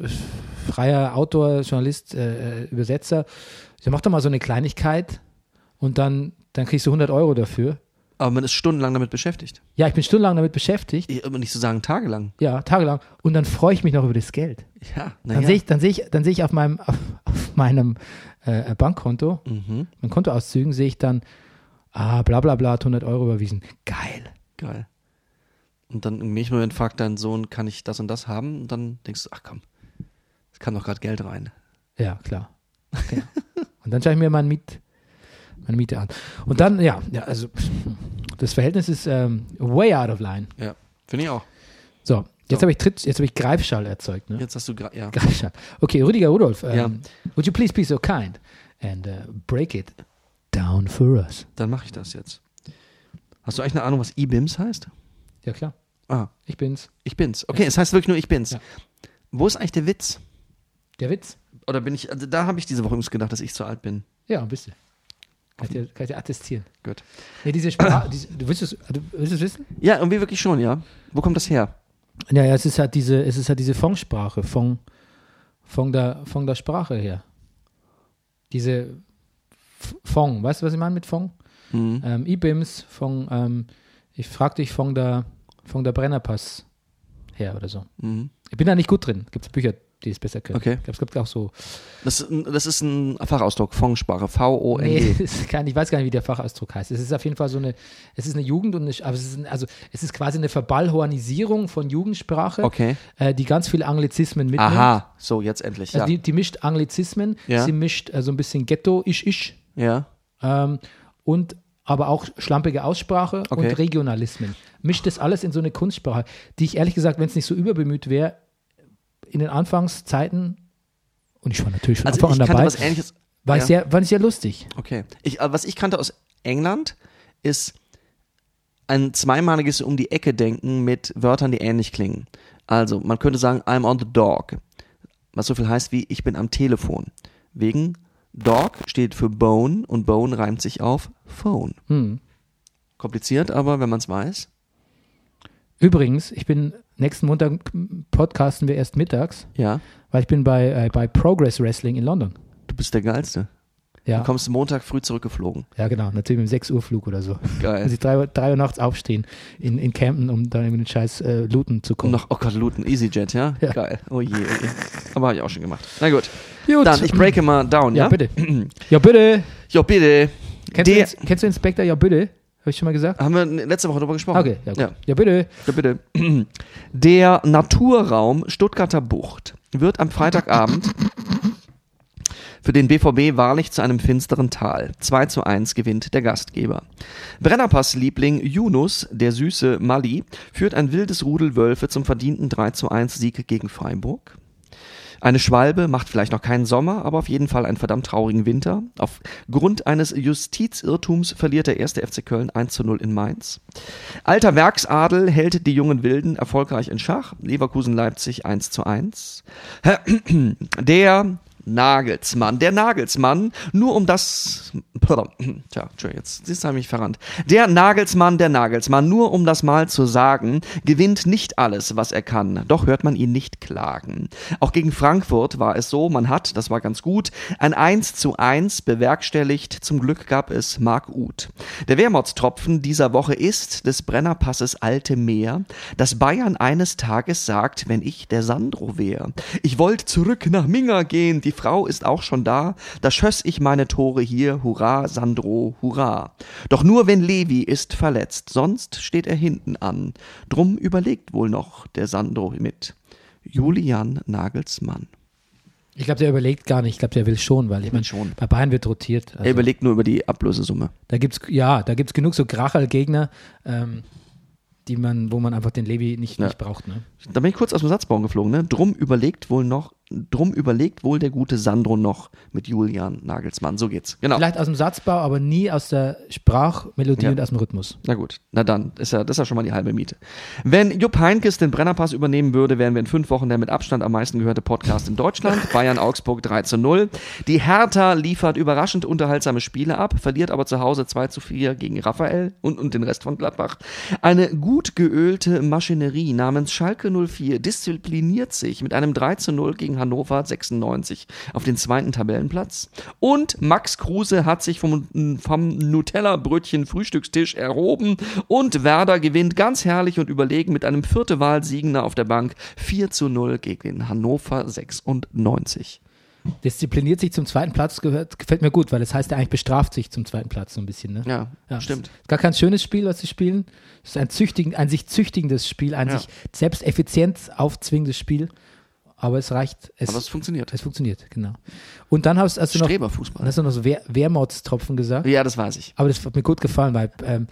freier Autor, Journalist, äh, Übersetzer, ich mach da mal so eine Kleinigkeit und dann, dann kriegst du 100 Euro dafür.
Aber man ist stundenlang damit beschäftigt.
Ja, ich bin stundenlang damit beschäftigt,
Eh, Um nicht zu sagen, tagelang.
ja, tagelang. Und dann freue ich mich noch über das Geld.
Ja,
Dann
naja.
sehe ich, dann sehe ich, dann sehe ich auf meinem, auf, auf meinem äh, Bankkonto,
Mhm.
meinen Kontoauszügen, sehe ich dann, ah, bla bla bla, hat 100 Euro überwiesen. Geil.
Geil. Und dann im nächsten Moment fragt dein Sohn, kann ich das und das haben? Und dann denkst du, ach komm, es kam doch gerade Geld rein.
Ja, klar. Ja. Und dann schaue ich mir mein Miet, meine Miete an. Und dann, ja, ja also das Verhältnis ist ähm, way out of line.
Ja, finde ich auch.
So, jetzt
So.
habe ich Tritt, jetzt habe ich Greifschall erzeugt. Ne?
Jetzt hast du gerade, ja.
Greifschall. Okay, Rüdiger Rudolf, ähm,
Ja.
would you please be so kind and uh, break it down for us?
Dann mache ich das jetzt. Hast du eigentlich eine Ahnung, was IBIMS heißt?
Ja, klar.
Ah,
Ich bin's.
ich bin's. Okay, es heißt wirklich nur ich bin's.
Ja.
Wo ist eigentlich der Witz?
Der Witz.
Oder bin ich, also da habe ich diese Woche übrigens gedacht, dass ich zu alt bin.
Ja, bist du. Kann ich dir, kann ich dir attestieren.
Gut.
Nee, diese Sprache, diese, du, willst es, du willst es wissen?
Ja, irgendwie wirklich schon, ja. Wo kommt das her?
Ja, ja, es ist halt diese, es ist halt diese Fong-Sprache, Fong, Fong der, Fong der Sprache her. Diese F- Fong, weißt du, was ich meine mit Fong?
Hm.
Ähm, IBIMS, Fong, ähm, ich frag dich Fong der, Fong der Brennerpass her oder so.
Mhm.
Ich bin da nicht gut drin. Gibt es Bücher, die es besser können.
Okay.
Ich glaube, es gibt auch so.
Das, ist ein- das ist ein Fachausdruck, Fong-Sprache, V-O-N-G.
Nee, das ist kein, ich weiß gar nicht, wie der Fachausdruck heißt. Es ist auf jeden Fall so eine, es ist eine Jugend und eine, aber es ist, ein, also es ist quasi eine Verballhornisierung von Jugendsprache,
Okay.
äh, die ganz viele Anglizismen mitnimmt.
Aha, so, jetzt endlich.
Also
Ja.
die, die mischt Anglizismen,
Ja.
sie mischt äh, so ein bisschen Ghetto, ich, ich,
ja.
ähm, und aber auch schlampige Aussprache
Okay.
und Regionalismen. Mischt das alles in so eine Kunstsprache, die ich ehrlich gesagt, wenn es nicht so überbemüht wäre, in den Anfangszeiten, und ich war natürlich von
Also ich
Anfang
kannte
an dabei,
was ähnliches.
war, ich
ja.
sehr, war ich sehr lustig.
Okay. Ich, äh, was ich kannte aus England ist ein zweimaliges um die Ecke denken mit Wörtern, die ähnlich klingen. Also, man könnte sagen, I'm on the dog. Was so viel heißt wie ich bin am Telefon. Wegen Dog steht für Bone und Bone reimt sich auf Phone.
Hm.
Kompliziert, aber wenn man es weiß.
Übrigens, ich bin nächsten Montag podcasten wir erst mittags,
Ja,
weil ich bin bei, äh, bei Progress Wrestling in London.
du bist der Geilste.
Ja,
Du kommst Montag früh zurückgeflogen.
ja genau, natürlich mit dem 6 Uhr Flug oder so.
Geil.
Muss ich 3 Uhr, drei Uhr nachts aufstehen in, in Camden, um dann irgendwie den scheiß äh, Looten zu
Und
kommen.
noch, oh Gott, Luton, EasyJet, ja?
Ja.
Geil. Oh je, oh je. Aber habe ich auch schon gemacht. Na gut.
Gut.
Dann, ich breake mal down, ja?
ja, bitte. Ja, bitte.
Jo, bitte.
Kennst, du,
Der-
ins- kennst du Inspector? Ja, bitte. Habe ich schon mal gesagt?
Haben wir letzte Woche darüber gesprochen?
Okay, ja, gut.
ja,
ja. bitte.
ja, bitte. Der Naturraum Stuttgarter Bucht wird am Freitagabend für den BVB wahrlich zu einem finsteren Tal. 2 zu 1 gewinnt der Gastgeber. Brennerpass-Liebling Yunus, der süße Mali, führt ein wildes Rudel Wölfe zum verdienten 3 zu 1 Sieg gegen Freiburg. Eine Schwalbe macht vielleicht noch keinen Sommer, aber auf jeden Fall einen verdammt traurigen Winter. Aufgrund eines Justizirrtums verliert der erste FC Köln 1 zu 0 in Mainz. Alter Werksadel hält die jungen Wilden erfolgreich in Schach. Leverkusen Leipzig 1 zu 1. Der Nagelsmann, der Nagelsmann, nur um das, pardon, tja, Entschuldigung, jetzt, jetzt habe ich mich verrannt. Der Nagelsmann, der Nagelsmann, nur um das mal zu sagen, gewinnt nicht alles, was er kann, doch hört man ihn nicht klagen. Auch gegen Frankfurt war es so, man hat, das war ganz gut, ein 1 zu 1 bewerkstelligt, zum Glück gab es Marc Uth. Der Wermutstropfen dieser Woche ist des Brennerpasses Alte Meer, dass Bayern eines Tages sagt, wenn ich der Sandro wäre. Ich wollte zurück nach Minga gehen, die Frau ist auch schon da, da schöss ich meine Tore hier, hurra, Sandro, hurra. Doch nur wenn Levi ist verletzt, sonst steht er hinten an. Drum überlegt wohl noch der Sandro mit. Julian Nagelsmann.
Ich glaube, der überlegt gar nicht. Ich glaube, der will schon, weil ich meine,
schon.
bei Bayern wird rotiert.
Er
Also,
überlegt nur über die Ablösesumme.
da gibt's ja, da gibt's genug so Grachel-Gegner, ähm, die man, wo man einfach den Levi nicht,
Ja.
nicht braucht. Ne?
Da bin ich kurz aus dem Satzbaum geflogen, ne? Drum überlegt wohl noch, drum überlegt wohl der gute Sandro noch mit Julian Nagelsmann. So geht's. Genau.
Vielleicht aus dem Satzbau, aber nie aus der Sprachmelodie
Ja.
und aus dem Rhythmus.
Na gut, na dann, ist ja, das ist ja schon mal die halbe Miete. Wenn Jupp Heinkes den Brennerpass übernehmen würde, wären wir in fünf Wochen der mit Abstand am meisten gehörte Podcast in Deutschland. Bayern Augsburg 3 zu 0. Die Hertha liefert überraschend unterhaltsame Spiele ab, verliert aber zu Hause 2 zu 4 gegen Raphael und, und den Rest von Gladbach. Eine gut geölte Maschinerie namens Schalke 04 diszipliniert sich mit einem 3 zu 0 gegen Hannover 96 auf den zweiten Tabellenplatz. Und Max Kruse hat sich vom, vom Nutella-Brötchen-Frühstückstisch erhoben und Werder gewinnt ganz herrlich und überlegen mit einem vierte Wahlsiegender auf der Bank 4 zu 0 gegen den Hannover 96.
Diszipliniert sich zum zweiten Platz gehört, gefällt mir gut, weil das heißt ja eigentlich bestraft sich zum zweiten Platz so ein bisschen. Ne?
Ja,
es
stimmt.
Ist gar kein schönes Spiel, was sie spielen. Es ist ein, züchtigen, ein sich züchtigendes Spiel, ein
Ja.
sich selbst effizient aufzwingendes Spiel. Aber es reicht. Es,
Aber es funktioniert.
es funktioniert, genau. Und dann hast, hast du noch,
Streberfußball.
hast du noch so Wehr, Wehrmachtstropfen gesagt.
Ja, das weiß ich.
Aber das hat mir gut gefallen, weil ähm,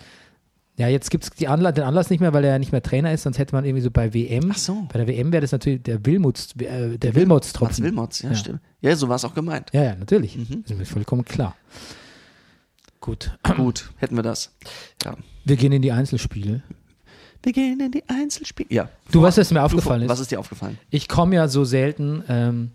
ja, jetzt gibt es Anla den Anlass nicht mehr, weil er ja nicht mehr Trainer ist, sonst hätte man irgendwie so bei WM.
Ach so.
Bei der WM wäre das natürlich der Wilmuts, äh, der
Mats
Wilmotstropfen.
Wilmots, ja, stimmt. Ja, so war es auch gemeint.
Ja, ja, natürlich.
Mhm.
Das ist mir vollkommen klar. Gut.
Gut, hätten wir das. Ja.
Wir gehen in die Einzelspiele.
Wir gehen in die Einzelspiele. Ja.
Du weißt, was mir
Du,
aufgefallen
Was
ist.
ist dir aufgefallen?
Ich komme ja so selten. Ähm,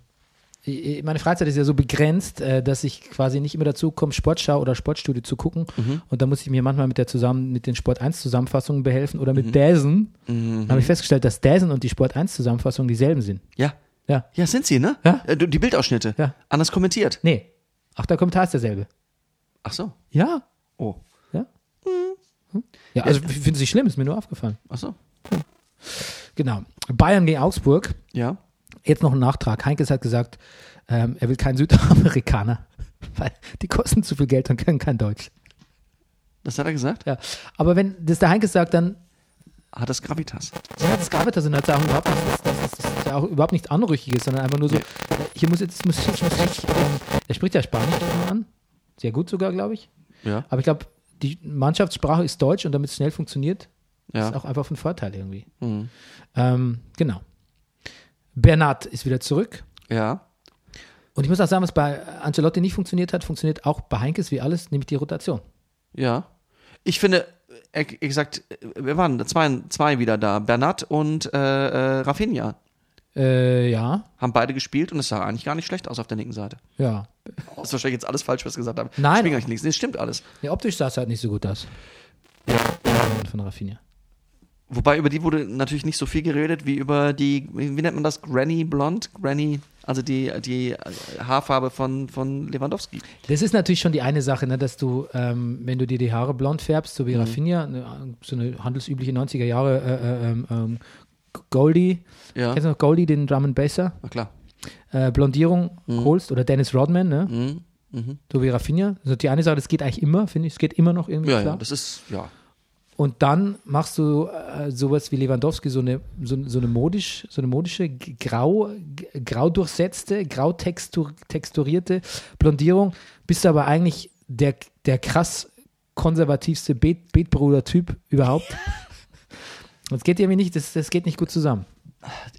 i- i- meine Freizeit ist ja so begrenzt, äh, dass ich quasi nicht immer dazu komme, Sportschau oder Sportstudio zu gucken. Und da muss ich mir manchmal mit der zusammen mit den Sport 1 Zusammenfassungen behelfen oder mit Dazen. Da habe ich festgestellt, dass Dazen und die Sport 1 Zusammenfassungen dieselben sind.
Ja.
Ja.
Ja, sind sie, ne?
Ja.
Äh, du- Die Bildausschnitte.
Ja.
Anders kommentiert.
Nee. Auch der Kommentar ist derselbe.
Ach so.
Ja.
Oh.
Ja. Hm. Ja, also ich finde es nicht schlimm, ist mir nur aufgefallen.
Ach so.
Genau. Bayern gegen Augsburg.
Ja.
Jetzt noch ein Nachtrag. Heinkes hat gesagt, ähm, er will keinen Südamerikaner, weil die kosten zu viel Geld und können kein Deutsch.
Das hat er gesagt.
Ja. Aber wenn das der Heinkes sagt, dann
Hat das Gravitas.
ja, das gab das und hat auch überhaupt nichts, das, das, das ist ja auch überhaupt nichts Anrüchiges, sondern einfach nur so, äh, hier muss jetzt, muss ich, muss ich, ähm, er spricht ja Spanisch immer an. Sehr gut sogar, glaube ich.
Ja.
Aber ich glaube, die Mannschaftssprache ist Deutsch und damit es schnell funktioniert,
Ja.
ist auch einfach von Vorteil irgendwie.
Mhm.
Ähm, genau. Bernat ist wieder zurück.
Ja.
Und ich muss auch sagen, was bei Ancelotti nicht funktioniert hat, funktioniert auch bei Heinkes wie alles, nämlich die Rotation.
Ja. Ich finde, äh, exakt, äh, wir waren zwei, zwei wieder da. Bernat und äh, äh, Rafinha
Äh, ja,
haben beide gespielt und es sah eigentlich gar nicht schlecht aus auf der linken Seite.
ja.
Das ist wahrscheinlich jetzt alles falsch, was ich gesagt habe.
Nein.
Spielen gar nicht links. Nee, stimmt alles.
ja optisch sah es halt nicht so gut aus. Von Rafinha.
Wobei über die wurde natürlich nicht so viel geredet wie über die, wie nennt man das? Granny Blond? Granny, also die, die Haarfarbe von, von Lewandowski.
Das ist natürlich schon die eine Sache, ne, dass du, ähm, wenn du dir die Haare blond färbst, so wie
Mhm.
Rafinha, ne, so eine handelsübliche 90er Jahre äh, äh, ähm, ähm, Goldie,
Ja,
kennst du noch Goldie, den Drum and Basser,
na klar.
äh, Blondierung holst oder Dennis Rodman, ne?
Mhm. Mhm.
so wie Rafinha. Also die eine Sache, das geht eigentlich immer, finde ich, es geht immer noch irgendwie
Ja,
klar.
ja, das ist, ja.
Und dann machst du äh, sowas wie Lewandowski, so eine, so, so eine, modisch, so eine modische, g- grau, g- grau durchsetzte, grau textur, texturierte Blondierung, bist aber eigentlich der, der krass konservativste Bet, Betbruder-Typ überhaupt. Das geht irgendwie nicht, das, das geht nicht gut zusammen.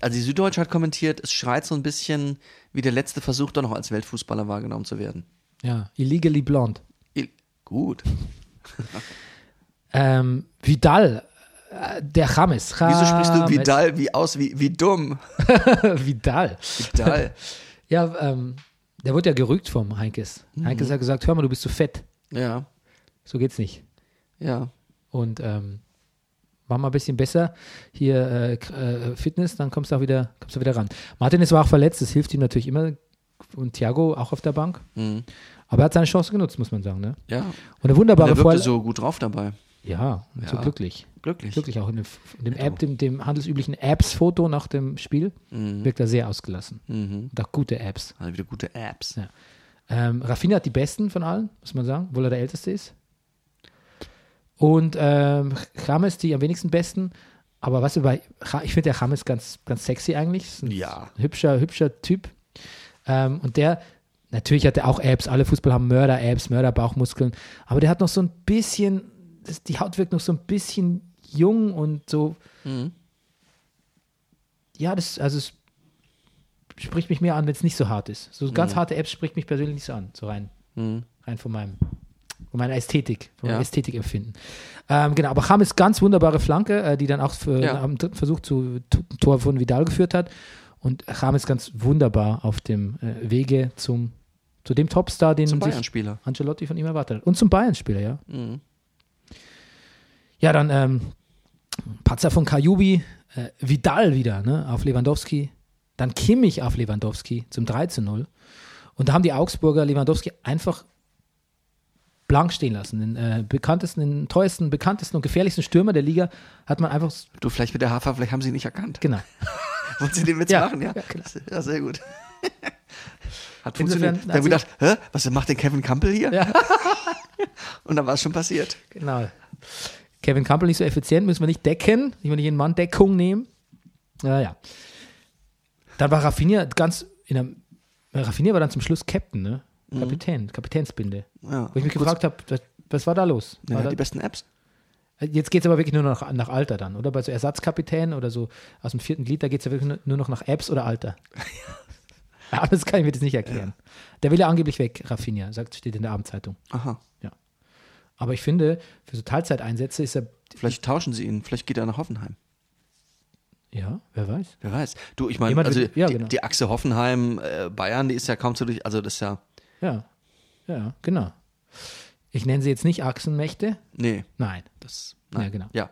Also die Süddeutsche hat kommentiert, es schreit so ein bisschen wie der letzte Versuch, doch noch als Weltfußballer wahrgenommen zu werden.
Ja, illegally blond.
Il- Gut.
Ähm, Vidal, äh, der James.
Wieso sprichst du
James.
Vidal wie aus, wie, wie dumm?
Vidal.
Vidal.
Ja, ähm, der wurde ja gerügt vom Heinkes.
Mhm.
Heinkes hat gesagt, hör mal, du bist zu fett.
Ja,
So geht's nicht.
ja.
Und ähm, mach mal ein bisschen besser hier äh, K- äh, Fitness, dann kommst du auch wieder, kommst du wieder ran. Martinez war auch verletzt, das hilft ihm natürlich immer. Und Thiago auch auf der Bank.
Mhm.
Aber er hat seine Chance genutzt, muss man sagen. Ne?
Ja,
Und eine
und
wunderbare
er wirkte
Vorlage.
so gut drauf dabei.
Ja, und so
Ja.
glücklich.
Glücklich.
Glücklich auch in dem, in dem App, dem, dem handelsüblichen Apps-Foto nach dem Spiel
Mhm.
wirkt er sehr ausgelassen. Und auch gute Apps.
Also wieder gute Apps.
Ja. Ähm, Rafinha hat die besten von allen, muss man sagen, obwohl er der Älteste ist. Und ähm, James die am wenigsten besten. Aber was über, ich finde der James ganz, ganz sexy eigentlich. Ist ein
Ja.
Hübscher, hübscher Typ. Ähm, und der, natürlich hat er auch Apps. Alle Fußballer haben Mörder-Apps, Mörder-Bauchmuskeln. Aber der hat noch so ein bisschen, das, die Haut wirkt noch so ein bisschen jung und so.
Mhm.
Ja, das, also es spricht mich mehr an, wenn es nicht so hart ist. So
Mhm.
ganz harte Apps spricht mich persönlich nicht so an, so rein. Rein von meinem, von meiner Ästhetik, von meinem
Ja.
Ästhetikempfinden. Ähm, genau, aber James ganz wunderbare Flanke, äh, die dann auch für,
Ja.
am dritten Versuch zu T- Tor von Vidal geführt hat. Und James ganz wunderbar auf dem äh, Wege zum, zu dem Topstar, den
Zum
sich
Bayern-Spieler.
Ancelotti von ihm erwartet hat. Und zum Bayern-Spieler, ja. Ja, dann ähm, Patzer von Kajubi, äh, Vidal wieder ne, auf Lewandowski, dann Kimmich auf Lewandowski zum 3 zu 0. Und da haben die Augsburger Lewandowski einfach blank stehen lassen. Den äh, bekanntesten, den teuersten, bekanntesten und gefährlichsten Stürmer der Liga hat man einfach,
Du, vielleicht mit der Hafer, vielleicht haben sie ihn nicht erkannt.
genau.
Wollen sie den Witz
Ja,
machen? Ja,
ja, klar.
ja sehr gut. Hat
Insofern hat
funktioniert. Dann haben
sie-
wir gedacht, hä, was macht denn Kevin Campbell hier?
Ja.
Und dann war es schon passiert.
Genau. Kevin Campbell nicht so effizient, müssen wir nicht decken, müssen wir nicht in Manndeckung nehmen. Naja. Dann war Rafinha ganz in einem, Rafinha war dann zum Schluss Captain, ne?
Mhm.
Kapitän, Kapitänsbinde.
Ja.
Wo ich mich gefragt habe, was, was war da los?
Ja,
War
die
da,
besten Apps.
jetzt geht es aber wirklich nur noch nach, nach Alter dann, oder? Bei so Ersatzkapitänen oder so aus dem vierten Glied, da geht es ja wirklich nur- nur noch nach Apps oder Alter. Ja, das kann ich mir das nicht erklären. Der will ja angeblich weg, Rafinha, sagt, steht in der Abendzeitung.
Aha.
Aber ich finde, für so Teilzeiteinsätze ist er,
Vielleicht tauschen sie ihn. Vielleicht geht er nach Hoffenheim.
ja, wer weiß.
Wer weiß. Du, ich meine,
Jemand
also
wird- ja,
die,
genau.
die Achse Hoffenheim-Bayern, die ist ja kaum zu durch. Also, das ist ja.
Ja, ja, genau. Ich nenne sie jetzt nicht Achsenmächte.
Nee.
Nein.
Das,
Ja, genau.
Ja.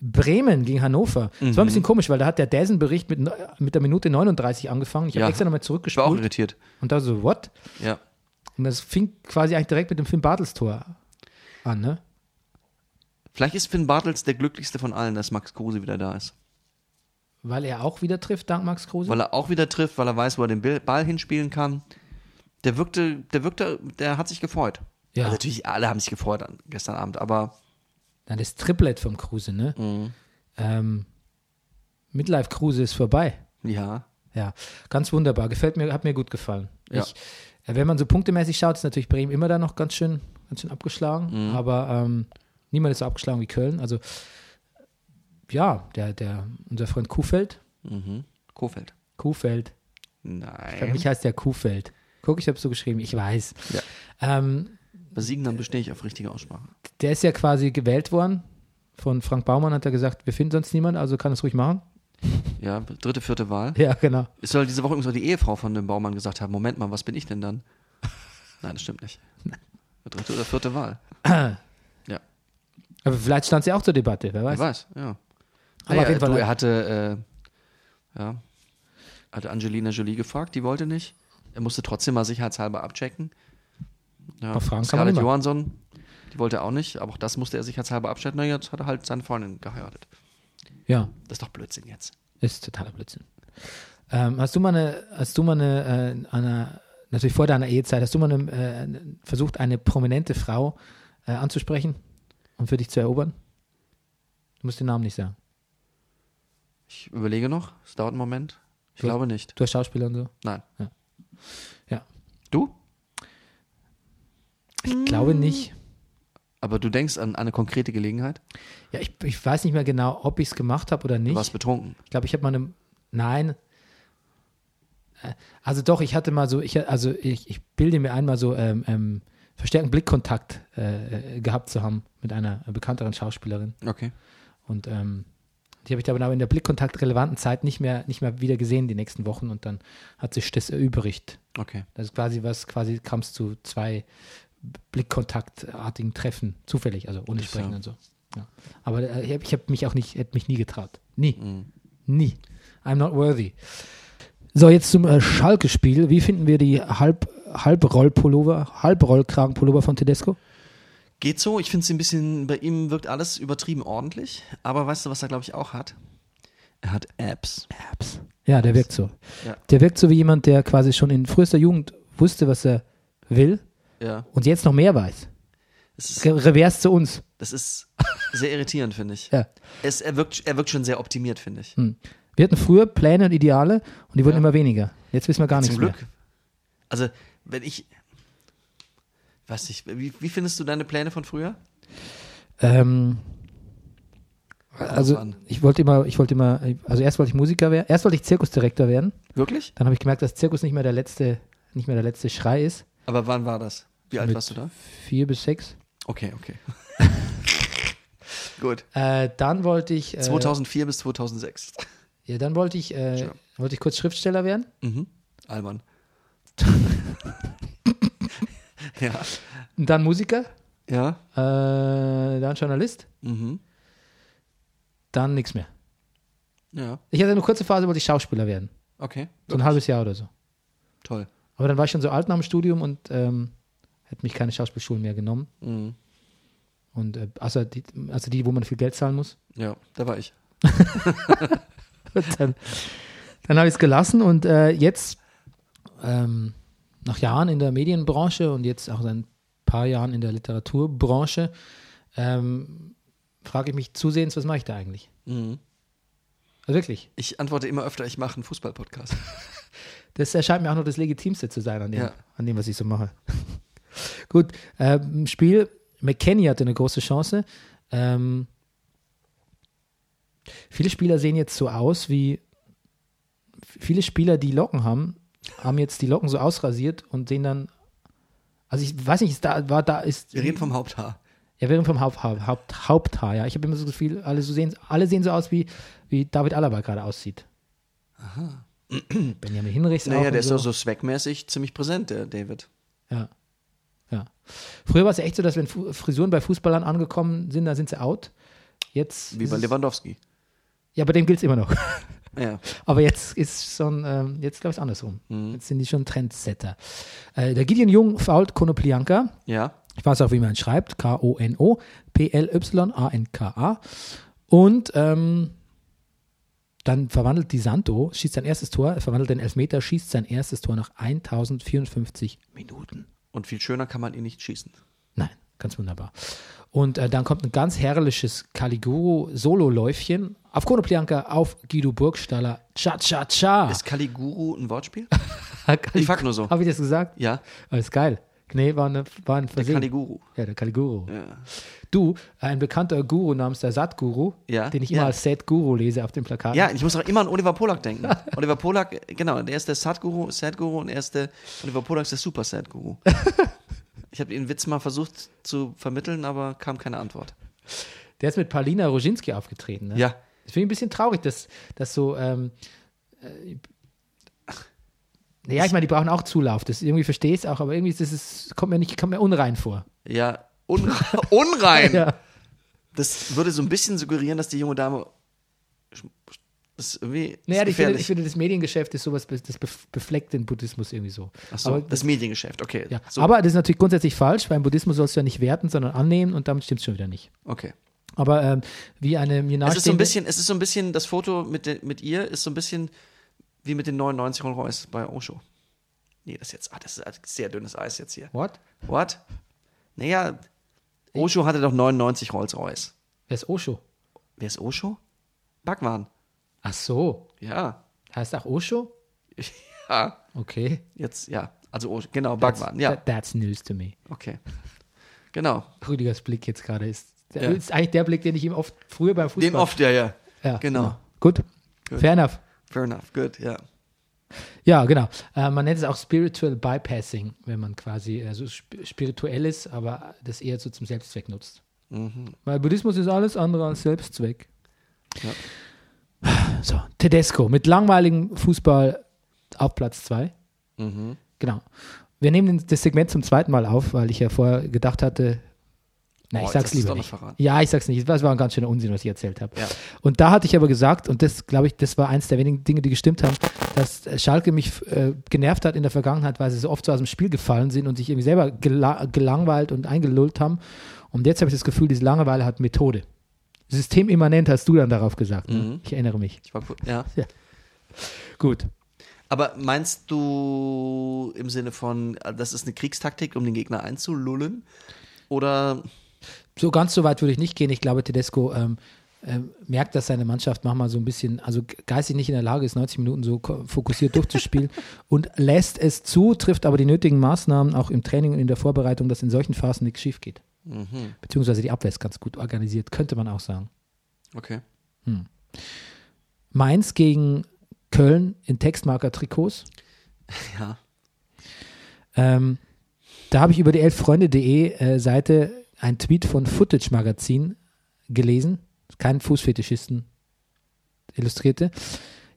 Bremen gegen Hannover. Das
Mhm.
war ein bisschen komisch, weil da hat der Dessen-Bericht mit, neu- mit der Minute 39 angefangen. Ich habe
Ja.
extra nochmal
Ich war auch
zurückgespult
irritiert.
und da so, what?
Ja.
Und das fing quasi eigentlich direkt mit dem Finn Bartels-Tor an, ne?
Vielleicht ist Finn Bartels der glücklichste von allen, dass Max Kruse wieder da ist.
Weil er auch wieder trifft, dank Max Kruse.
Weil er auch wieder trifft, weil er weiß, wo er den Bill- Ball hinspielen kann. Der wirkte, der wirkte, der hat sich gefreut.
Ja.
Also natürlich, alle haben sich gefreut an, gestern Abend, aber
Dann das Triplet vom Kruse, ne?
Mhm.
Ähm, Midlife Kruse ist vorbei.
ja.
Ja, ganz wunderbar. Gefällt mir, hat mir gut gefallen.
Ja.
Ich, äh, wenn man so punktemäßig schaut, ist natürlich Bremen immer da noch ganz schön, ganz schön
Mhm.
abgeschlagen. Aber ähm, niemand ist so abgeschlagen wie Köln. Also ja, der, der, unser Freund Kuhfeld.
mhm. Kofeld.
Kuhfeld. Für
Nein.
mich heißt der Kuhfeld. Guck, ich habe so geschrieben, ich weiß.
Ja.
Ähm,
Bei Siegen bestehe ich auf richtige Aussprache.
der ist ja quasi gewählt worden. Von Frank Baumann hat er gesagt, wir finden sonst niemanden, also kann es ruhig machen.
Ja, dritte, vierte Wahl.
Ja, genau.
Es soll diese Woche übrigens auch die Ehefrau von dem Baumann gesagt haben: Moment mal, was bin ich denn dann? Nein, das stimmt nicht. Dritte oder vierte Wahl. Ja,
Aber vielleicht stand sie auch zur Debatte, wer
wer
weiß.
weiß, ja.
Aber
Naja,
auf jeden Fall-
Du, er hatte, äh, ja, hatte Angelina Jolie gefragt, die wollte nicht. Er musste trotzdem mal sicherheitshalber abchecken. Ja,
Auf Fragen kann man
Scarlett
immer.
Johansson, die wollte auch nicht, aber auch das musste er sicherheitshalber abchecken. Na, jetzt hat er halt seine Freundin geheiratet.
Ja.
Das ist doch Blödsinn jetzt.
Ist totaler Blödsinn. Ähm, hast du mal eine, hast du mal eine, äh, eine natürlich vor deiner Ehezeit, hast du mal eine, äh, eine- versucht, eine prominente Frau äh, anzusprechen und für dich zu erobern? Du musst den Namen nicht sagen.
Ich überlege noch, es dauert einen Moment. Ich
Du-
glaube nicht.
Du hast Schauspieler und so.
Nein.
Ja. Ja.
Du?
Ich glaube nicht.
Aber du denkst an eine konkrete Gelegenheit?
Ja, ich, ich weiß nicht mehr genau, ob ich es gemacht habe oder
Du
nicht.
warst betrunken.
Ich glaube, ich habe mal eine. Nein. Äh, Also doch, ich hatte mal so, ich, also ich, ich bilde mir einmal so ähm, ähm, verstärkten Blickkontakt äh, äh, gehabt zu haben mit einer äh, bekannteren Schauspielerin.
Okay.
Und ähm, die habe ich dann aber in der blickkontaktrelevanten Zeit nicht mehr, nicht mehr wieder gesehen die nächsten Wochen und dann hat sich das erübrigt.
Okay.
Das ist quasi was, quasi kam es zu zwei blickkontaktartigen Treffen, zufällig, also ohne
Das,
Sprechen
ja.
und so. Ja. Aber äh, ich habe ich hab mich auch nicht, hätte mich nie getraut. Nie. Nie. I'm not worthy. So, jetzt zum äh, Schalke-Spiel. Wie finden wir die Halb, Halbroll-Pullover, Halbrollkragenpullover von Tedesco?
Geht so. Ich finde es ein bisschen, bei ihm wirkt alles übertrieben ordentlich. Aber weißt du, was er, glaube ich, auch hat? Er hat Apps.
Apps. Ja, der wirkt so.
Ja.
Der wirkt so wie jemand, der quasi schon in frühester Jugend wusste, was er will
Ja.
und jetzt noch mehr weiß.
Das ist,
Re Revers zu uns.
das ist sehr irritierend, finde ich.
Ja.
Es, er, wirkt, er wirkt schon sehr optimiert, finde ich.
Hm. Wir hatten früher Pläne und Ideale und die wurden immer weniger. Jetzt wissen wir gar
Zum
nichts
Glück. Also, wenn ich. Weiß nicht, wie, wie findest du deine Pläne von früher?
mehr. Ähm, also
an.
ich wollte immer, ich wollte immer, also erst wollte ich Musiker werden, erst wollte ich Zirkusdirektor werden.
Wirklich?
Dann habe ich gemerkt, dass Zirkus nicht mehr der letzte, nicht mehr der letzte Schrei ist.
Aber wann war das? Wie alt
Mit
warst du da?
Vier bis sechs.
Okay, okay. Gut.
Äh, dann wollte ich, äh,
2004 bis 2006.
ja, dann wollte ich, äh,
Sure.
wollte ich kurz Schriftsteller werden.
Mhm. Alman. ja.
Und dann Musiker,
Ja.
äh, dann Journalist,
Mhm.
dann nichts mehr.
Ja.
Ich hatte eine kurze Phase, wollte ich Schauspieler werden.
Okay.
So ein halbes Jahr oder so.
Toll.
Aber dann war ich schon so alt nach dem Studium und ähm, hätte mich keine Schauspielschulen mehr genommen.
Mhm.
Und äh, außer die, also die, wo man viel Geld zahlen muss.
Ja, da war ich.
dann dann habe ich es gelassen und äh, jetzt, ähm, nach Jahren in der Medienbranche und jetzt auch seit ein paar Jahren in der Literaturbranche, ähm, frage ich mich zusehends, was mache ich da eigentlich?
Mhm.
Also wirklich,
Ich antworte immer öfter, ich mache einen Fußball-Podcast.
das erscheint mir auch noch das Legitimste zu sein an dem,
Ja.
an dem was ich so mache. Gut, ähm, Spiel, McKenny hatte eine große Chance. Ähm, viele Spieler sehen jetzt so aus wie viele Spieler, die Locken haben, haben jetzt die Locken so ausrasiert und sehen dann. Also ich weiß nicht, ist da war da ist.
Wir reden vom Haupthaar.
Ja, wir reden vom Haupt, Haupt, Haupt, Haupthaar, ja. Ich habe immer so das Gefühl, alle, so sehen, alle sehen so aus, wie, wie David Alaba gerade aussieht. Aha. Benjamin Hinrichs auch.
Naja,
und
der ist
so.
ja so zweckmäßig ziemlich präsent, der David.
Ja. ja. Früher war es ja echt so, dass wenn Fu- Frisuren bei Fußballern angekommen sind, dann sind sie out. Jetzt.
Wie
ist
bei
es-
Lewandowski.
Ja, bei dem gilt es immer noch.
Ja.
Aber jetzt ist schon, ähm, jetzt glaube ich andersrum.
Mhm.
Jetzt sind die schon Trendsetter. Äh, der Gideon Jung fault Konoplianka.
Ja.
Ich weiß auch, wie man schreibt. K-O-N-O-P-L-Y-A-N-K-A. Und ähm, dann verwandelt die Santo, schießt sein erstes Tor, er verwandelt den Elfmeter, schießt sein erstes Tor nach 1054 Minuten.
Und viel schöner kann man ihn nicht schießen.
Nein, ganz wunderbar. Und äh, dann kommt ein ganz herrliches Caliguro-Solo-Läufchen auf Konoplianka, auf Guido Burgstaller. Cha-cha-cha.
Ist Caliguru ein Wortspiel? Ah. ich frag nur so.
Habe ich das gesagt?
Ja.
Oh, ist geil. Nee, war, eine, war ein
Der
Versehen.
Caliguru.
ja, der Caliguro.
Ja.
Du, ein bekannter Guru namens der Satguru,
Ja,
den ich immer
ja.
als Sad-Guru lese auf dem Plakat.
Ja, ich muss auch immer an Oliver Polak denken. Oliver Polak, äh, genau, der ist der Sadguru, Sadguru und er ist der, Oliver Polak ist der Super Sadguru. Ich habe den Witz mal versucht zu vermitteln, aber kam keine Antwort.
Der ist mit Paulina Roginski aufgetreten. Ne?
Ja.
Das finde ich ein bisschen traurig, dass, dass so. Ähm, äh, ja, ich meine, die brauchen auch Zulauf. Das irgendwie verstehe ich es auch, aber irgendwie ist es, kommt mir nicht, kommt mir unrein vor.
Ja, unre unrein.
Ja.
Das würde so ein bisschen suggerieren, dass die junge Dame. sch- sch- Das ist irgendwie. das
Naja,
ist
ich finde, ich
gefährlich.
finde, das Mediengeschäft ist sowas, das bef- befleckt den Buddhismus irgendwie so.
Ach so,
aber,
das Mediengeschäft, okay.
ja.
so,
aber das ist natürlich grundsätzlich falsch, weil im Buddhismus sollst du ja nicht werten, sondern annehmen und damit stimmt es schon wieder nicht.
okay.
Aber ähm, wie eine mir
Es ist so ein
nahestehende-
bisschen, es ist so ein bisschen, das Foto mit, de, mit ihr ist so ein bisschen wie mit den 99 Rolls Royce bei Osho. Nee, das ist jetzt, ah, das ist sehr dünnes Eis jetzt hier.
What?
What? Naja, Osho hatte doch 99 Rolls Royce.
Wer ist Osho?
Wer ist Osho? Bhagwan.
Ach so.
Ja.
Heißt auch Osho?
ja.
Okay.
Jetzt, ja. Also, Osho, genau, Bhagwan, ja.
That- that's news to me.
Okay. Genau.
Rüdigers Blick jetzt gerade ist. Der,
Ja.
Ist eigentlich der Blick, den ich ihm oft früher beim Fußball.
Dem oft, ja, ja.
Ja,
genau.
Gut. Fair enough.
Fair enough, good, ja.
Ja, genau. Äh, man nennt es auch Spiritual Bypassing, wenn man quasi äh, so sp spirituell ist, aber das eher so zum Selbstzweck nutzt.
Mhm.
Weil Buddhismus ist alles andere als Selbstzweck. So, Tedesco mit langweiligem Fußball auf Platz 2.
Mhm.
Genau. Wir nehmen den- das Segment zum zweiten Mal auf, weil ich ja vorher gedacht hatte, na, ich
Oh, jetzt
sag's
hast du's
lieber
doch noch
nicht.
verraten.
Ja, ich sag's nicht. Das war ein ganz schöner Unsinn, was ich erzählt habe.
Ja.
Und da hatte ich aber gesagt, und das glaube ich, das war eins der wenigen Dinge, die gestimmt haben, dass Schalke mich äh, genervt hat in der Vergangenheit, weil sie so oft so aus dem Spiel gefallen sind und sich irgendwie selber gela gelangweilt und eingelullt haben. Und jetzt habe ich das Gefühl, diese Langeweile hat Methode. Systemimmanent hast du dann darauf gesagt. Ne?
Mhm.
Ich erinnere mich.
Ich war cool. Ja.
Gut.
Aber meinst du im Sinne von, äh, das ist eine Kriegstaktik, um den Gegner einzulullen? Oder
so ganz so weit würde ich nicht gehen. Ich glaube, Tedesco ähm, ähm, merkt, dass seine Mannschaft manchmal so ein bisschen, also ge- geistig nicht in der Lage ist, 90 Minuten so ko- fokussiert durchzuspielen und lässt es zu, trifft aber die nötigen Maßnahmen auch im Training und in der Vorbereitung, dass in solchen Phasen nichts schief geht. Beziehungsweise die Abwehr ist ganz gut organisiert, könnte man auch sagen.
okay.
Mainz gegen Köln in Textmarker-Trikots.
Ja.
Ähm, da habe ich über die elffreunde.de äh, Seite einen Tweet von Footage Magazin gelesen. Kein Fußfetischisten illustrierte.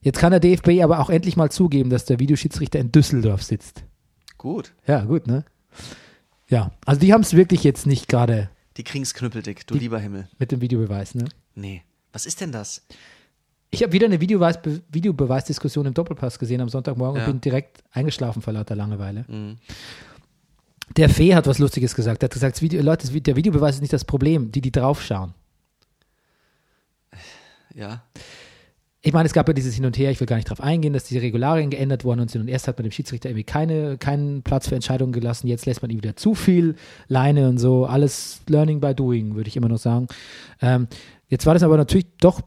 Jetzt kann der DFB aber auch endlich mal zugeben, dass der Videoschiedsrichter in Düsseldorf sitzt.
Gut.
Ja, gut, ne? Ja, also die haben es wirklich jetzt nicht gerade
Die kriegen's knüppeldick, du
Die-
lieber Himmel.
mit dem Videobeweis, ne?
Nee. Was ist denn das?
Ich habe wieder eine Videobeweis Be Videobeweisdiskussion im Doppelpass gesehen am Sonntagmorgen
Ja.
und bin direkt eingeschlafen vor lauter Langeweile. Der Fee hat was Lustiges gesagt. Er hat gesagt, das Video, Leute, das Vi- der Videobeweis ist nicht das Problem, die, die draufschauen.
Ja.
Ich meine, es gab ja dieses Hin und Her, ich will gar nicht drauf eingehen, dass die Regularien geändert worden sind und erst hat man dem Schiedsrichter irgendwie keine, keinen Platz für Entscheidungen gelassen, jetzt lässt man ihm wieder zu viel Leine und so, alles Learning by Doing, würde ich immer noch sagen. Ähm, jetzt war das aber natürlich doch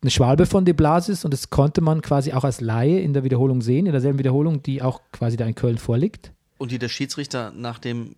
eine Schwalbe von De Blasis und das konnte man quasi auch als Laie in der Wiederholung sehen, in derselben Wiederholung, die auch quasi da in Köln vorliegt.
Und die der Schiedsrichter nach dem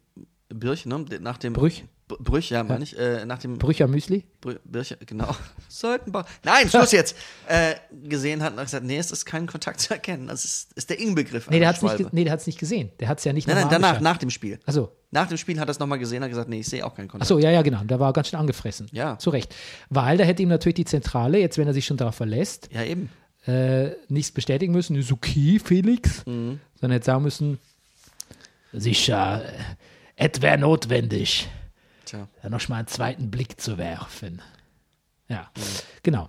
Birch, ne? Nach dem
Brüch.
B Brüch, ja, meine ich. Äh, nach dem
Brücher Müsli.
Brü- Birch, genau. Seitenbach. Nein, Schluss jetzt. Äh, gesehen hat und hat gesagt, nee, es ist kein Kontakt zu erkennen. Das ist, ist der Inbegriff.
Nee, der
einer
hat es nicht,
Schwalbe.
ge- nee, der hat's nicht gesehen. Der hat es ja nicht
Nein, nein,
nochmal
danach,
angeschaut.
nach dem Spiel.
Ach so.
Nach dem Spiel hat er es nochmal gesehen und hat gesagt, nee, ich sehe auch keinen Kontakt.
Achso, ja, ja, genau. Da war er ganz schön angefressen.
Ja.
Zu Recht. Weil da hätte ihm natürlich die Zentrale, jetzt wenn er sich schon darauf verlässt,
Ja, eben.
äh, nichts bestätigen müssen, Suzuki, Felix, sondern hätte sagen müssen, sicher, äh, es wäre notwendig,
Tja.
da noch mal einen zweiten Blick zu werfen. Ja, genau.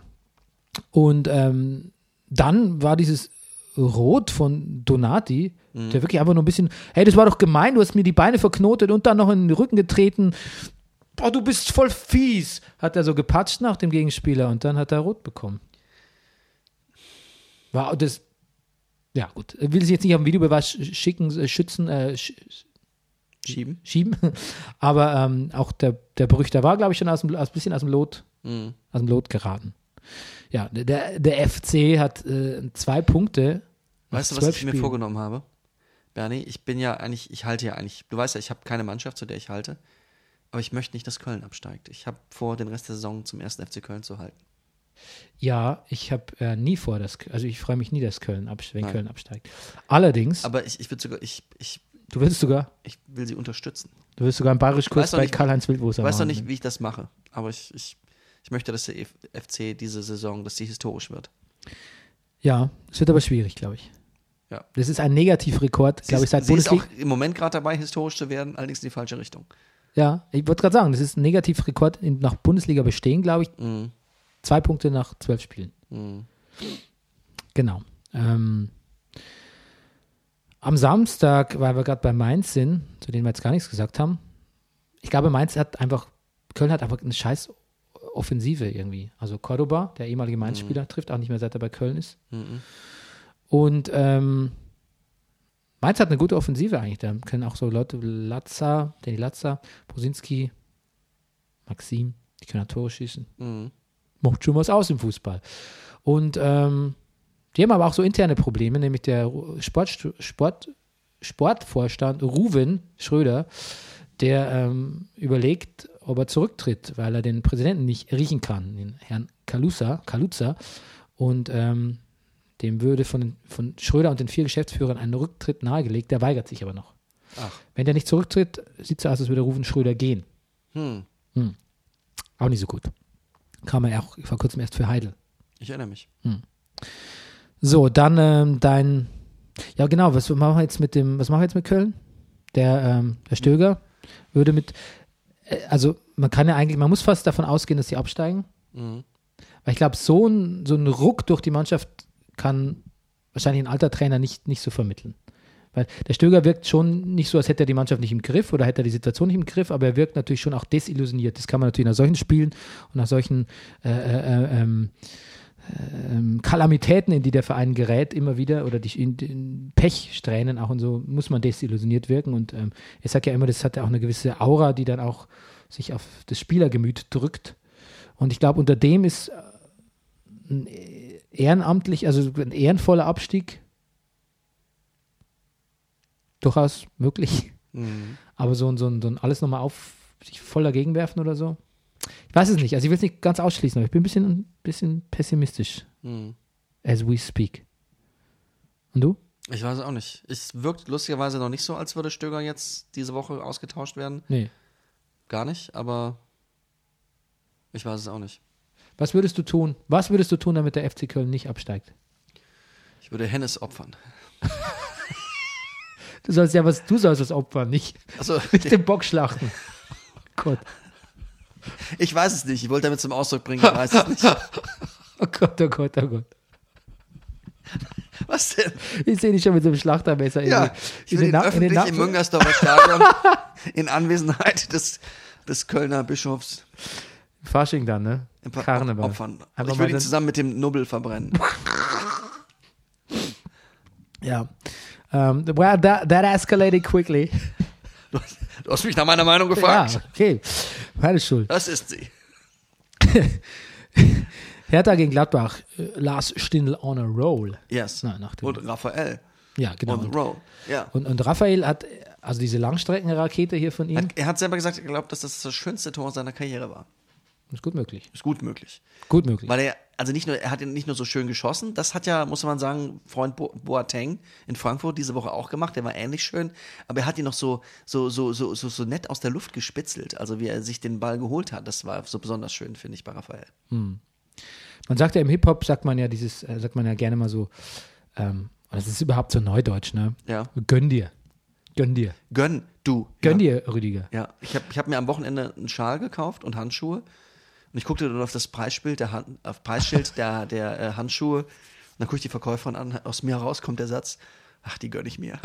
Und ähm, dann war dieses Rot von Donati, der wirklich einfach nur ein bisschen, hey, das war doch gemein, du hast mir die Beine verknotet und dann noch in den Rücken getreten. Boah, du bist voll fies, hat er so gepatscht nach dem Gegenspieler und dann hat er rot bekommen. War das, ja gut, will sich jetzt nicht auf den Videobeweis sch- schicken, äh, schützen, äh, sch-
Schieben.
schieben. Aber ähm, auch der, der Brüchter war, glaube ich, schon aus dem, aus, bisschen aus dem Lot,
Mhm.
aus dem Lot geraten. Ja, der, der FC hat äh, zwei Punkte. nach
Weißt du, was ich
12
mir
Spielen.
vorgenommen habe? Bernie, ich bin ja eigentlich, ich halte ja eigentlich, du weißt ja, ich habe keine Mannschaft, zu der ich halte, aber ich möchte nicht, dass Köln absteigt. Ich habe vor, den Rest der Saison zum ersten FC Köln zu halten.
Ja, ich habe äh, nie vor, dass, also ich freue mich nie, dass Köln, abste wenn
Nein.
Köln absteigt. Allerdings,
Aber ich, ich würde sogar, ich, ich,
du wirst sogar,
ich will sie unterstützen.
du wirst sogar einen Bayerisch-Kurs
Weißt du
bei
nicht-
Karl-Heinz Wildwuser
Ich weiß
machen.
noch nicht, wie ich das mache, aber ich, ich, ich möchte, dass der E FC diese Saison, dass sie historisch wird.
Ja, es wird aber schwierig, glaube ich.
Ja.
Das ist ein Negativrekord,
Sie,
glaube ich,
ist,
seit
sie ist
Bundesliga.
auch im Moment gerade dabei, historisch zu werden, allerdings in die falsche Richtung.
Ja, ich wollte gerade sagen, das ist ein Negativrekord in, nach Bundesliga bestehen, glaube ich.
Mhm.
Zwei Punkte nach zwölf Spielen. Genau. Ähm, am Samstag, weil wir gerade bei Mainz sind, zu denen wir jetzt gar nichts gesagt haben. Ich glaube, Mainz hat einfach, Köln hat einfach eine scheiß Offensive irgendwie. Also Cordoba, der ehemalige Mainz-Spieler, trifft auch nicht mehr, seit er bei Köln ist. Und ähm, Mainz hat eine gute Offensive eigentlich. Da können auch so Leute, Latza, Danny Latza, Bosinski, Maxim, die können auch Tore schießen. Macht schon was aus im Fußball. Und ähm, die haben aber auch so interne Probleme, nämlich der Ru- Sport, Sport, Sportvorstand Ruven Schröder, der ähm, überlegt, ob er zurücktritt, weil er den Präsidenten nicht riechen kann, den Herrn Kalusa, Kaluza. Und ähm, dem würde von, von Schröder und den vier Geschäftsführern einen Rücktritt nahegelegt, der weigert sich aber noch.
Ach.
Wenn der nicht zurücktritt, sieht es aus, als würde Ruven Schröder gehen.
Hm,
Auch nicht so gut. Kam er auch vor kurzem erst für Heidel.
ich erinnere mich.
So, dann ähm, dein. Ja, genau, was machen wir jetzt mit dem, was machen wir jetzt mit Köln? Der, ähm, der Stöger würde mit, äh, also man kann ja eigentlich, man muss fast davon ausgehen, dass sie absteigen. Weil ich glaube, so ein, so ein Ruck durch die Mannschaft kann wahrscheinlich ein alter Trainer nicht, nicht so vermitteln. Weil der Stöger wirkt schon nicht so, als hätte er die Mannschaft nicht im Griff oder hätte er die Situation nicht im Griff, aber er wirkt natürlich schon auch desillusioniert. Das kann man natürlich nach solchen Spielen und nach solchen äh, äh, ähm, ähm, Kalamitäten, in die der Verein gerät, immer wieder, oder die, in, in Pechsträhnen auch und so, muss man desillusioniert wirken. Und ähm, ich sage ja immer, das hat ja auch eine gewisse Aura, die dann auch sich auf das Spielergemüt drückt. Und ich glaube, unter dem ist äh, ein ehrenamtlich, also ein ehrenvoller Abstieg durchaus möglich.
Mhm.
Aber so ein, so ein, so ein alles nochmal auf, sich voll dagegen werfen oder so. Ich weiß es nicht. Also ich will es nicht ganz ausschließen, aber ich bin ein bisschen, ein bisschen pessimistisch.
Mhm.
As we speak. Und du?
Ich weiß auch nicht. Es wirkt lustigerweise noch nicht so, als würde Stöger jetzt diese Woche ausgetauscht werden.
Nee.
Gar nicht, aber ich weiß es auch nicht.
Was würdest du tun? Was würdest du tun, damit der FC Köln nicht absteigt?
Ich würde Hennes opfern.
Du sollst ja was, du sollst das opfern, nicht,
Also,
nicht den Bock schlachten. Oh Gott,
ich weiß es nicht. Ich wollte damit zum Ausdruck bringen, ich weiß es nicht.
oh Gott, oh Gott, oh Gott.
Was denn?
Ich sehe dich schon mit so einem Schlachtermesser in
Ja,
die-
ich will ihn
Na-
öffentlich im
Napf-
Müngersdorfer Stadion in Anwesenheit des, des Kölner Bischofs
Fasching dann, ne?
ein paar
Karneval.
opfern. Also,
Einfach
ich
mal
würde ihn
den-
zusammen mit dem Nubbel verbrennen.
Ja. Ähm, well, that, that escalated quickly.
Du hast, du hast mich nach meiner Meinung
Ja,
gefragt.
okay. Meine Schuld.
Das ist sie.
Hertha gegen Gladbach. Äh, Lars Stindl on a roll.
Yes.
Na, nach dem-
Und Raphael.
Ja, genau.
On the roll. Ja.
Und, und Raphael hat, äh, also diese Langstreckenrakete hier von ihm,
Hat, er hat selber gesagt, er glaubt, dass das das schönste Tor seiner Karriere war.
ist gut möglich.
Ist gut möglich.
Gut möglich.
Weil er, also nicht nur, er hat ihn nicht nur so schön geschossen, das hat ja, muss man sagen, Freund Bo Boateng in Frankfurt diese Woche auch gemacht, der war ähnlich schön, aber er hat ihn noch so, so, so, so, so, so nett aus der Luft gespitzelt, also wie er sich den Ball geholt hat, das war so besonders schön, finde ich, bei Raphael.
Man sagt ja im Hip-Hop, sagt man ja dieses, äh, sagt man ja gerne mal so, ähm, und das ist überhaupt so neudeutsch, ne?
Ja.
Gönn dir. Gönn dir.
Gönn, du.
Gönn
ja.
dir, Rüdiger.
Ja, ich habe ich hab mir am Wochenende einen Schal gekauft und Handschuhe. Und ich guckte dann auf das Preisschild der, Han auf Preisschild der, der äh, Handschuhe. Und dann gucke ich die Verkäuferin an. Aus mir heraus kommt der Satz: Ach, die gönn ich mir.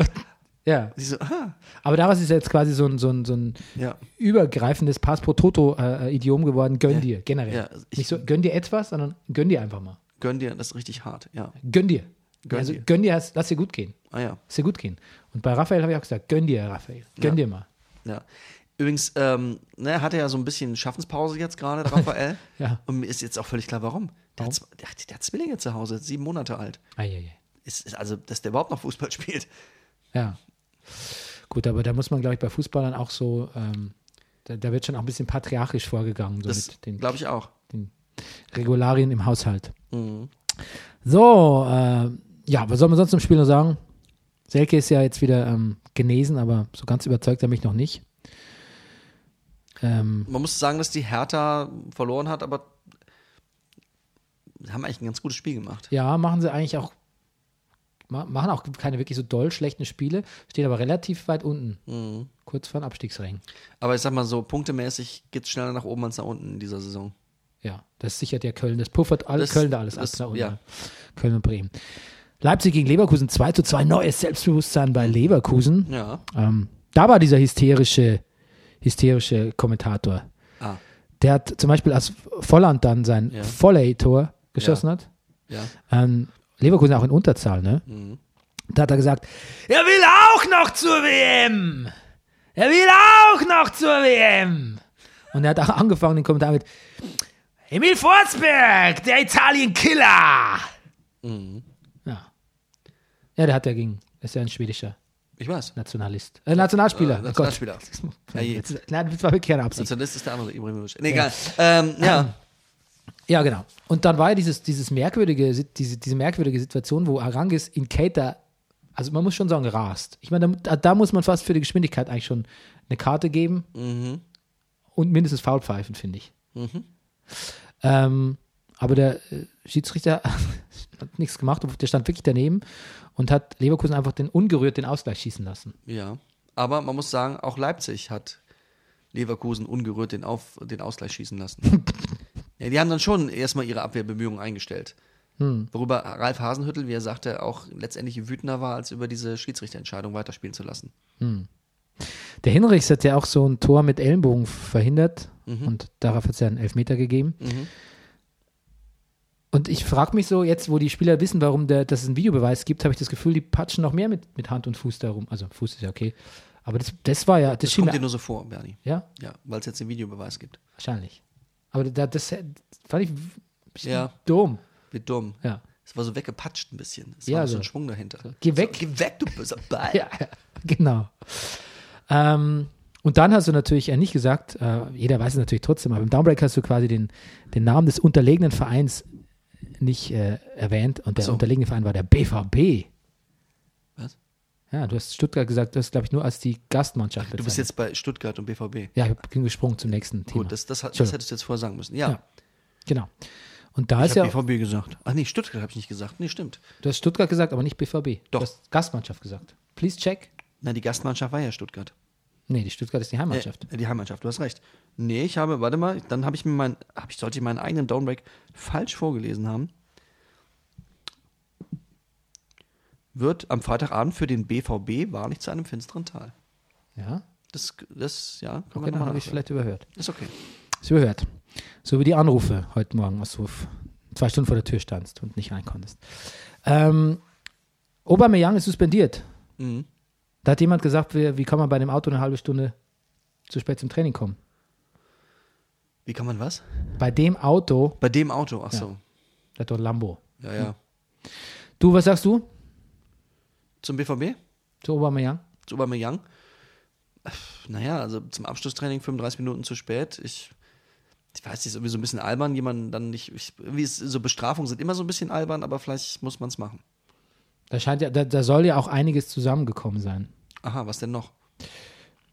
Ja.
Sie so, ah,
Aber daraus ist jetzt quasi so ein, so ein, so ein
ja.
übergreifendes Pass pro Toto-Idiom geworden. Gönn dir, generell.
Ja, ich-
Nicht so, gönn dir etwas, sondern gönn dir einfach mal.
Gönn dir, das ist richtig hart. Ja,
Gönn dir.
Gönn
also
dir.
gönn dir, heißt, lass dir gut gehen.
ah ja.
Lass dir gut gehen. Und bei Raphael habe ich auch gesagt, gönn dir, Raphael. Gönn dir mal.
ja. Übrigens, ähm, ne, hatte ja so ein bisschen Schaffenspause jetzt gerade, der Raphael.
Ja.
Und mir ist jetzt auch völlig klar, warum. Der, Hat, zwei- der, hat- der hat Zwillinge zu Hause, sieben Monate alt.
Eieiei.
Ist, ist also, dass der überhaupt noch Fußball spielt.
Ja. Gut, aber da muss man, glaube ich, bei Fußballern auch so, ähm, da, da wird schon auch ein bisschen patriarchisch vorgegangen, so
Das
mit den
glaube ich auch.
Regularien im Haushalt.
Mhm.
So, äh, ja, was soll man sonst zum Spiel noch sagen? Selke ist ja jetzt wieder ähm, genesen, aber so ganz überzeugt er mich noch nicht. Ähm,
Man muss sagen, dass die Hertha verloren hat, aber haben eigentlich ein ganz gutes Spiel gemacht.
ja, machen sie eigentlich auch, ma machen auch keine wirklich so doll schlechten Spiele, stehen aber relativ weit unten,
Mhm.
kurz vor den Abstiegsrängen.
Aber ich sag mal so, punktemäßig geht es schneller nach oben als nach unten in dieser Saison.
Ja, das sichert ja Köln. Das puffert alle
Das-
Köln da alles
das-
ab. Da unten.
ja.
Köln und Bremen. Leipzig gegen Leverkusen 2 zu 2. Neues Selbstbewusstsein bei Leverkusen.
Ja.
Ähm, da war dieser hysterische, hysterische Kommentator.
Ah,
Der hat zum Beispiel, als Volland dann sein
Ja.
Volley-Tor geschossen hat,
ja. Mhm.
ähm, Leverkusen auch in Unterzahl, ne? Da hat er gesagt, er will auch noch zur WM! Er will auch noch zur WM! Und er hat auch angefangen, den Kommentar mit Emil Forsberg, der Italien-Killer!
Mhm.
Ja. ja, der hat ja gegen, ist ja ein schwedischer
Ich weiß.
Nationalist. Äh, Nationalspieler.
Äh,
oh Gott.
Nationalspieler. Ja, je.
Jetzt- Nein, das war wirklich keine Absicht.
Nationalist ist der andere Ibrahimovic. Nee, egal. Ähm, ja.
Ja, genau. Und dann war ja dieses, dieses merkwürdige, Sit- diese, diese merkwürdige Situation, wo Arangis in Cater, also man muss schon sagen, rast. Ich meine, da, da muss man fast für die Geschwindigkeit eigentlich schon eine Karte geben und mindestens faul pfeifen, finde ich. Ähm, aber der äh, Schiedsrichter hat nichts gemacht, der stand wirklich daneben und hat Leverkusen einfach den ungerührt den Ausgleich schießen lassen.
Ja. Aber man muss sagen, auch Leipzig hat Leverkusen ungerührt den, Auf, den Ausgleich schießen lassen. ja, die haben dann schon erstmal ihre Abwehrbemühungen eingestellt.
Hm.
Worüber Ralf Hasenhüttel, wie er sagte, auch letztendlich wütender war, als über diese Schiedsrichterentscheidung weiterspielen zu lassen.
Der Hinrichs hat ja auch so ein Tor mit Ellenbogen verhindert und darauf hat es ja einen Elfmeter gegeben. Und ich frage mich so, jetzt wo die Spieler wissen, warum der, dass es einen Videobeweis gibt, habe ich das Gefühl, die patschen noch mehr mit, mit Hand und Fuß darum. Also Fuß ist ja okay. Aber das, das war ja, das,
Das
schien
kommt dir
mir,
nur so vor, Bernie.
Genau. ja,
Ja, weil es jetzt den Videobeweis gibt.
wahrscheinlich. Aber da, das fand ich ein bisschen
Ja.
dumm.
Wie dumm.
Ja.
Es war so weggepatscht ein bisschen. Es
Ja, also
war noch so
so.
ein Schwung dahinter.
Geh weg.
So, geh weg, du böser Ball.
Ja, genau. Ähm, und dann hast du natürlich äh, nicht gesagt, äh, jeder weiß es natürlich trotzdem, aber im Downbreak hast du quasi den, den Namen des unterlegenen Vereins nicht äh, erwähnt und der
So.
unterlegene Verein war der BVB.
Was?
Ja, du hast Stuttgart gesagt, du hast, glaube ich, nur als die Gastmannschaft
Du bist jetzt bei Stuttgart und BVB.
Ja, ich bin gesprungen zum nächsten Thema.
Gut, das, das, hat- das
Entschuldigung.
hättest du jetzt vorher sagen müssen. Ja,
Ja, genau. Und da
ich
ist ja,
habe BVB gesagt. Ach nee, Stuttgart habe ich nicht gesagt. Nee, stimmt.
du hast Stuttgart gesagt, aber nicht BVB.
Doch.
Du hast Gastmannschaft gesagt. Please check.
Na, die Gastmannschaft war ja Stuttgart.
Nee, die Stuttgart ist die
Äh,
Heimmannschaft.
die Heimmannschaft, du hast recht. Nee, ich habe, warte mal, dann habe ich mir mein, hab ich, sollte ich meinen eigenen Downbreak falsch vorgelesen haben. Wird am Freitagabend für den BVB wahrlich zu einem finsteren Tal.
Ja,
Das, das ja, kann
okay,
man
dann
nochmal
habe ich
nachhören.
vielleicht überhört.
Ist okay.
Hast du gehört? So wie die Anrufe heute Morgen, als du f- zwei Stunden vor der Tür standst und nicht rein konntest. Ähm, Aubameyang ist suspendiert.
Mhm.
Da hat jemand gesagt, wie, wie kann man bei dem Auto eine halbe Stunde zu spät zum Training kommen?
Wie kann man was?
Bei dem Auto,
Bei dem Auto, ach so.
der hat doch ein Lambo.
Ja, ja.
Du, was sagst du
Zum BVB?
zu Aubameyang?
Zu Aubameyang? Pff, Naja, also zum Abschlusstraining 35 Minuten zu spät. Ich, ich weiß, die ist irgendwie so ein bisschen albern, jemanden dann nicht. Ich, irgendwie ist, so Bestrafungen sind immer so ein bisschen albern, aber vielleicht muss man es machen.
Da scheint ja, da, da soll ja auch einiges zusammengekommen sein.
Aha, was denn noch?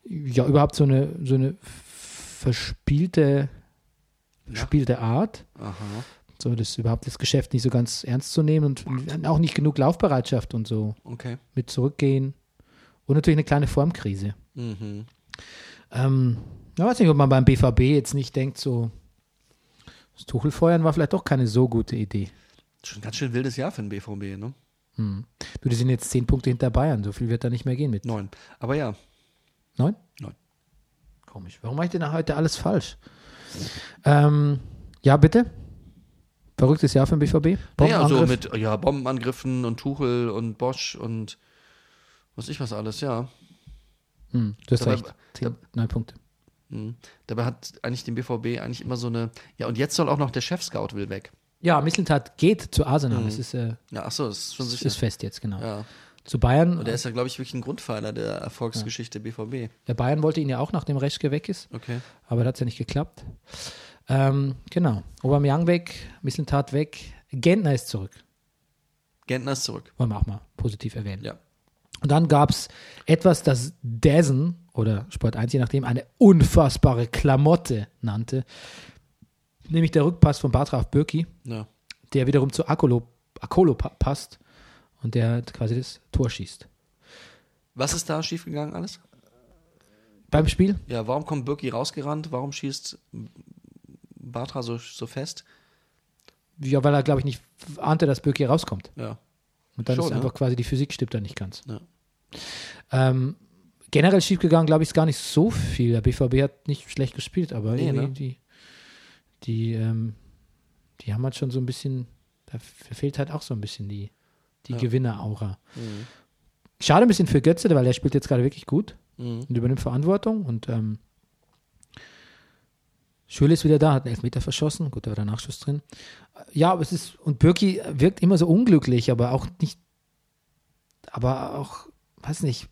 Ja, überhaupt so eine, so eine verspielte, verspielte Art.
Aha.
So, das überhaupt das Geschäft nicht so ganz ernst zu nehmen und auch nicht genug Laufbereitschaft und so.
Okay.
mit zurückgehen und natürlich eine kleine Formkrise.
Mhm.
Ähm, ich weiß nicht, ob man beim BVB jetzt nicht denkt, so das Tuchelfeuern war vielleicht doch keine so gute Idee. Hm.
Schon ein ganz schön wildes Jahr für den BVB, ne?
Du, die sind jetzt zehn Punkte hinter Bayern, so viel wird da nicht mehr gehen mit.
Neun. Aber ja,
Neun?
Neun.
Komisch. Warum mache ich denn heute alles falsch? Ähm, ja, bitte? Verrücktes Jahr für den BVB?
naja, so
Bombenangriff?
mit ja, Bombenangriffen und Tuchel und Bosch und was ich was alles, ja.
Hm, du hast
Dabei-
recht. Zehn, neun Punkte.
Mhm. Dabei hat eigentlich den BVB eigentlich immer so eine. Ja, und jetzt soll auch noch der Chef-Scout will weg.
Ja, Mislintat geht zu
Mhm.
Arsenal. Das ist, äh,
Ja, ach so, das ist schon
das
sicher.
ist fest jetzt, genau.
ja.
Zu Bayern.
Und der ist ja, glaube ich, wirklich ein Grundpfeiler der Erfolgsgeschichte BVB.
Der Bayern wollte ihn ja auch, nachdem Reschke weg ist.
Okay.
Aber da hat es ja nicht geklappt. Ähm, genau. Aubameyang weg, Missentat weg, Gentner ist zurück.
Gentner ist zurück.
Wollen wir auch mal positiv erwähnen.
Ja.
Und dann gab es etwas, das Dessen oder Sport 1, je nachdem, eine unfassbare Klamotte nannte. Nämlich der Rückpass von Bartra auf Birki,
ja.
der wiederum zu Akolo, Akolo pa passt und der quasi das Tor schießt.
Was ist da schiefgegangen alles?
Beim Spiel
Ja, warum kommt Birki rausgerannt? Warum schießt Bartra so, so fest?
Ja, weil er, glaube ich, nicht ahnte, dass Birki rauskommt.
Ja.
Und dann
Schon,
ist
ne?
einfach quasi die Physik stimmt da nicht ganz.
Ja.
Ähm, generell schiefgegangen, glaube ich, ist gar nicht so viel. Der BVB hat nicht schlecht gespielt, aber
Nee,
irgendwie
ne?
die, die, ähm, die haben halt schon so ein bisschen, da verfehlt halt auch so ein bisschen die, die
Ja.
Gewinner-Aura.
Mhm.
Schade ein bisschen für Götze, weil der spielt jetzt gerade wirklich gut
Mhm.
und übernimmt Verantwortung und ähm, Schürrle ist wieder da, hat einen Elfmeter verschossen, gut, da war der Nachschuss drin. Ja, aber es ist, und Birki wirkt immer so unglücklich, aber auch nicht, aber auch, weiß nicht,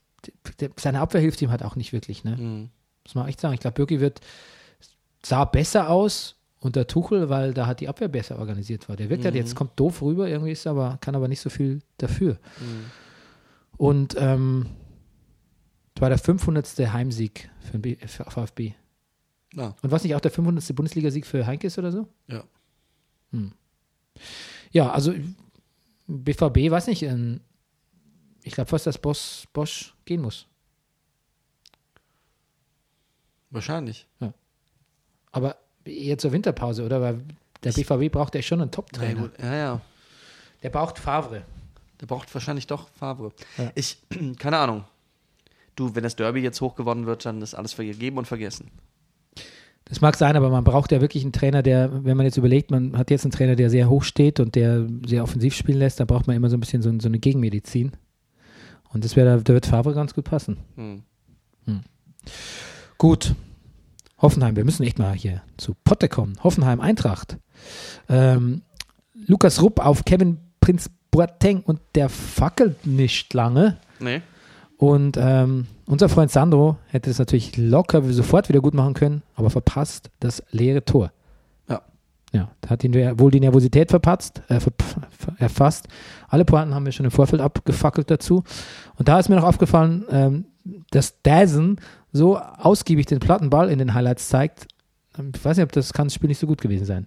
der, seine Abwehr hilft ihm halt auch nicht wirklich, ne?
Mhm.
Muss man echt sagen. Ich glaube, Birki wird, sah besser aus unter Tuchel, weil da hat die Abwehr besser organisiert war. Der wirkt
Mhm.
halt jetzt, kommt doof rüber, irgendwie ist er aber, kann aber nicht so viel dafür.
Mhm.
Und ähm, das war der 500. Heimsieg für, den B, für VfB.
Ja.
Und was nicht auch der 500. Bundesligasieg für Heinke ist oder so?
Ah.
Hm.
Ja.
Ja, also BVB, weiß nicht, ähm, ich glaube fast, dass Bosch, Bosch gehen muss.
Wahrscheinlich.
Aber eher zur Winterpause, oder? Weil der BVB braucht ja schon einen
Ja,
Top-Trainer.
gut. ja, ja.
Der braucht Favre.
Der braucht wahrscheinlich doch Favre. Ich, keine Ahnung. Du, wenn das Derby jetzt hochgewonnen wird, dann ist alles vergeben und vergessen.
Das mag sein, aber man braucht ja wirklich einen Trainer, der, wenn man jetzt überlegt, man hat jetzt einen Trainer, der sehr hoch steht und der sehr offensiv spielen lässt, da braucht man immer so ein bisschen so, so eine Gegenmedizin. Und das wäre, da wird Favre ganz gut passen.
Hm.
Gut. Hoffenheim, wir müssen echt mal hier zu Potte kommen. Hoffenheim, Eintracht. Ähm, Lukas Rupp auf Kevin Prinz Boateng und der fackelt nicht lange.
Nee.
Und ähm, unser Freund Sandro hätte es natürlich locker sofort wieder gut machen können, aber verpasst das leere Tor.
Ja.
Ja, da hat ihn wer- wohl die Nervosität verpatzt, äh, ver, ver, erfasst. Alle Pointen haben wir schon im Vorfeld abgefackelt dazu. Und da ist mir noch aufgefallen, ähm, dass Dazen so ausgiebig den Plattenball in den Highlights zeigt. Ähm, Ich weiß nicht, ob das kann das Spiel nicht so gut gewesen sein.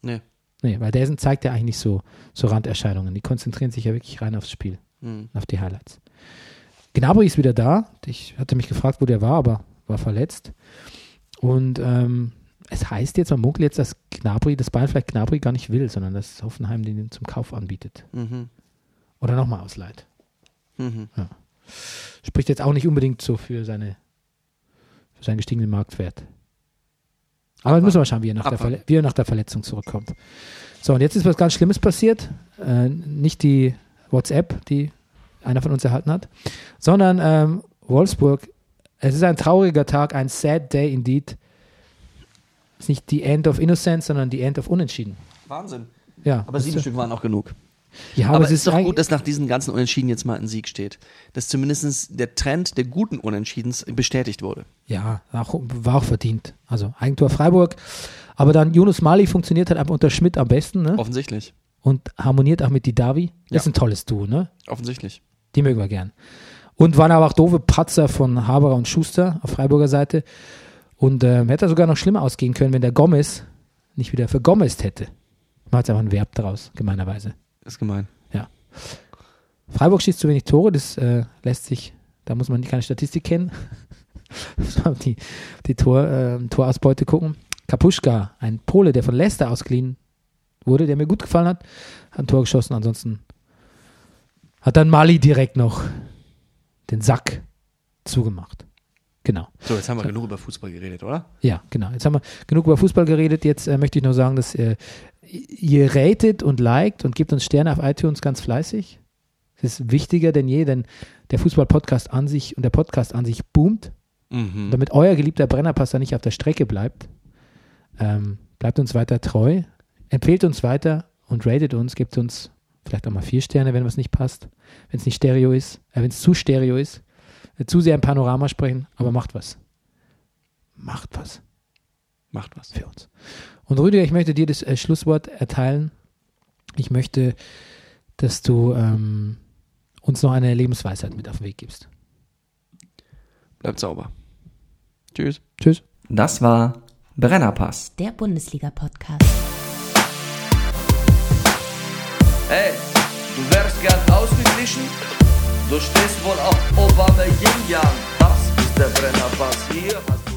Nee.
Nee, weil Dazen zeigt ja eigentlich nicht so, so Randerscheinungen. Die konzentrieren sich ja wirklich rein aufs Spiel
Hm.
auf die Highlights. Gnabry ist wieder da. Ich hatte mich gefragt, wo der war, aber war verletzt. Und ähm, es heißt jetzt, man munkelt jetzt, dass Gnabry, das Bein vielleicht Gnabry gar nicht will, sondern dass Hoffenheim den zum Kauf anbietet.
Mhm.
Oder nochmal ausleiht.
Mhm.
Spricht jetzt auch nicht unbedingt so für, seine, für seinen gestiegenen Marktwert. Aber dann müssen wir schauen, wie er, nach der
Abwarten.
Verle- wie er nach der Verletzung zurückkommt. So, und jetzt ist was ganz Schlimmes passiert. Äh, nicht die WhatsApp, die einer von uns erhalten hat, sondern ähm, Wolfsburg. Es ist ein trauriger Tag, ein sad day indeed. Es ist nicht die End of Innocence, sondern die End of Unentschieden.
Wahnsinn.
Ja,
Aber sieben Stück waren auch genug.
Ja,
Aber,
aber,
es ist doch
eigentlich-
gut, dass nach diesen ganzen Unentschieden jetzt mal ein Sieg steht. Dass zumindest der Trend der guten Unentschiedens bestätigt wurde.
Ja, auch, war auch verdient. Also Eigentor Freiburg. Aber dann Jonas Mali funktioniert halt einfach unter Schmidt am besten ne?
Offensichtlich.
und harmoniert auch mit Didavi. Das ist
Oh. Ja.
ein tolles Duo, ne?
Offensichtlich.
Die mögen wir gern. Und waren aber auch doofe Patzer von Haberer und Schuster auf Freiburger Seite. Und ähm, hätte sogar noch schlimmer ausgehen können, wenn der Gomez nicht wieder vergomest hätte. Macht einfach ein Verb daraus, gemeinerweise.
Ist gemein.
Freiburg schießt zu wenig Tore, das äh, lässt sich, da muss man keine Statistik kennen. Muss man auf die die Tor, äh, Torausbeute gucken. Kapuschka, ein Pole, der von Leicester ausgeliehen wurde, der mir gut gefallen hat, hat ein Tor geschossen. Ansonsten hat dann Mali direkt noch den Sack zugemacht. Genau.
So, jetzt haben wir genug über Fußball geredet, oder?
Ja, genau. Jetzt haben wir genug über Fußball geredet. Jetzt äh, möchte ich nur sagen, dass äh, ihr ratet und liked und gebt uns Sterne auf iTunes ganz fleißig. Es ist wichtiger denn je, denn der Fußball-Podcast an sich und der Podcast an sich boomt.
Mhm.
Damit euer geliebter Brennerpasser nicht auf der Strecke bleibt, ähm, bleibt uns weiter treu, empfehlt uns weiter und ratet uns, gebt uns vielleicht auch mal vier Sterne, wenn was nicht passt, wenn es nicht Stereo ist, äh, wenn es zu Stereo ist, äh, zu sehr im Panorama sprechen, aber macht was. Macht was
Macht was.
für uns. Und Rüdiger, ich möchte dir das äh, Schlusswort erteilen. Ich möchte, dass du ähm, uns noch eine Lebensweisheit mit auf den Weg gibst.
Bleibt sauber. Tschüss.
Tschüss.
Das war Brennerpass.
Der Bundesliga-Podcast.
Ey, du wärst gern ausgeglichen? Du stehst wohl auf Obama Yin Yang. Das ist der Brennerpass. Hier hast du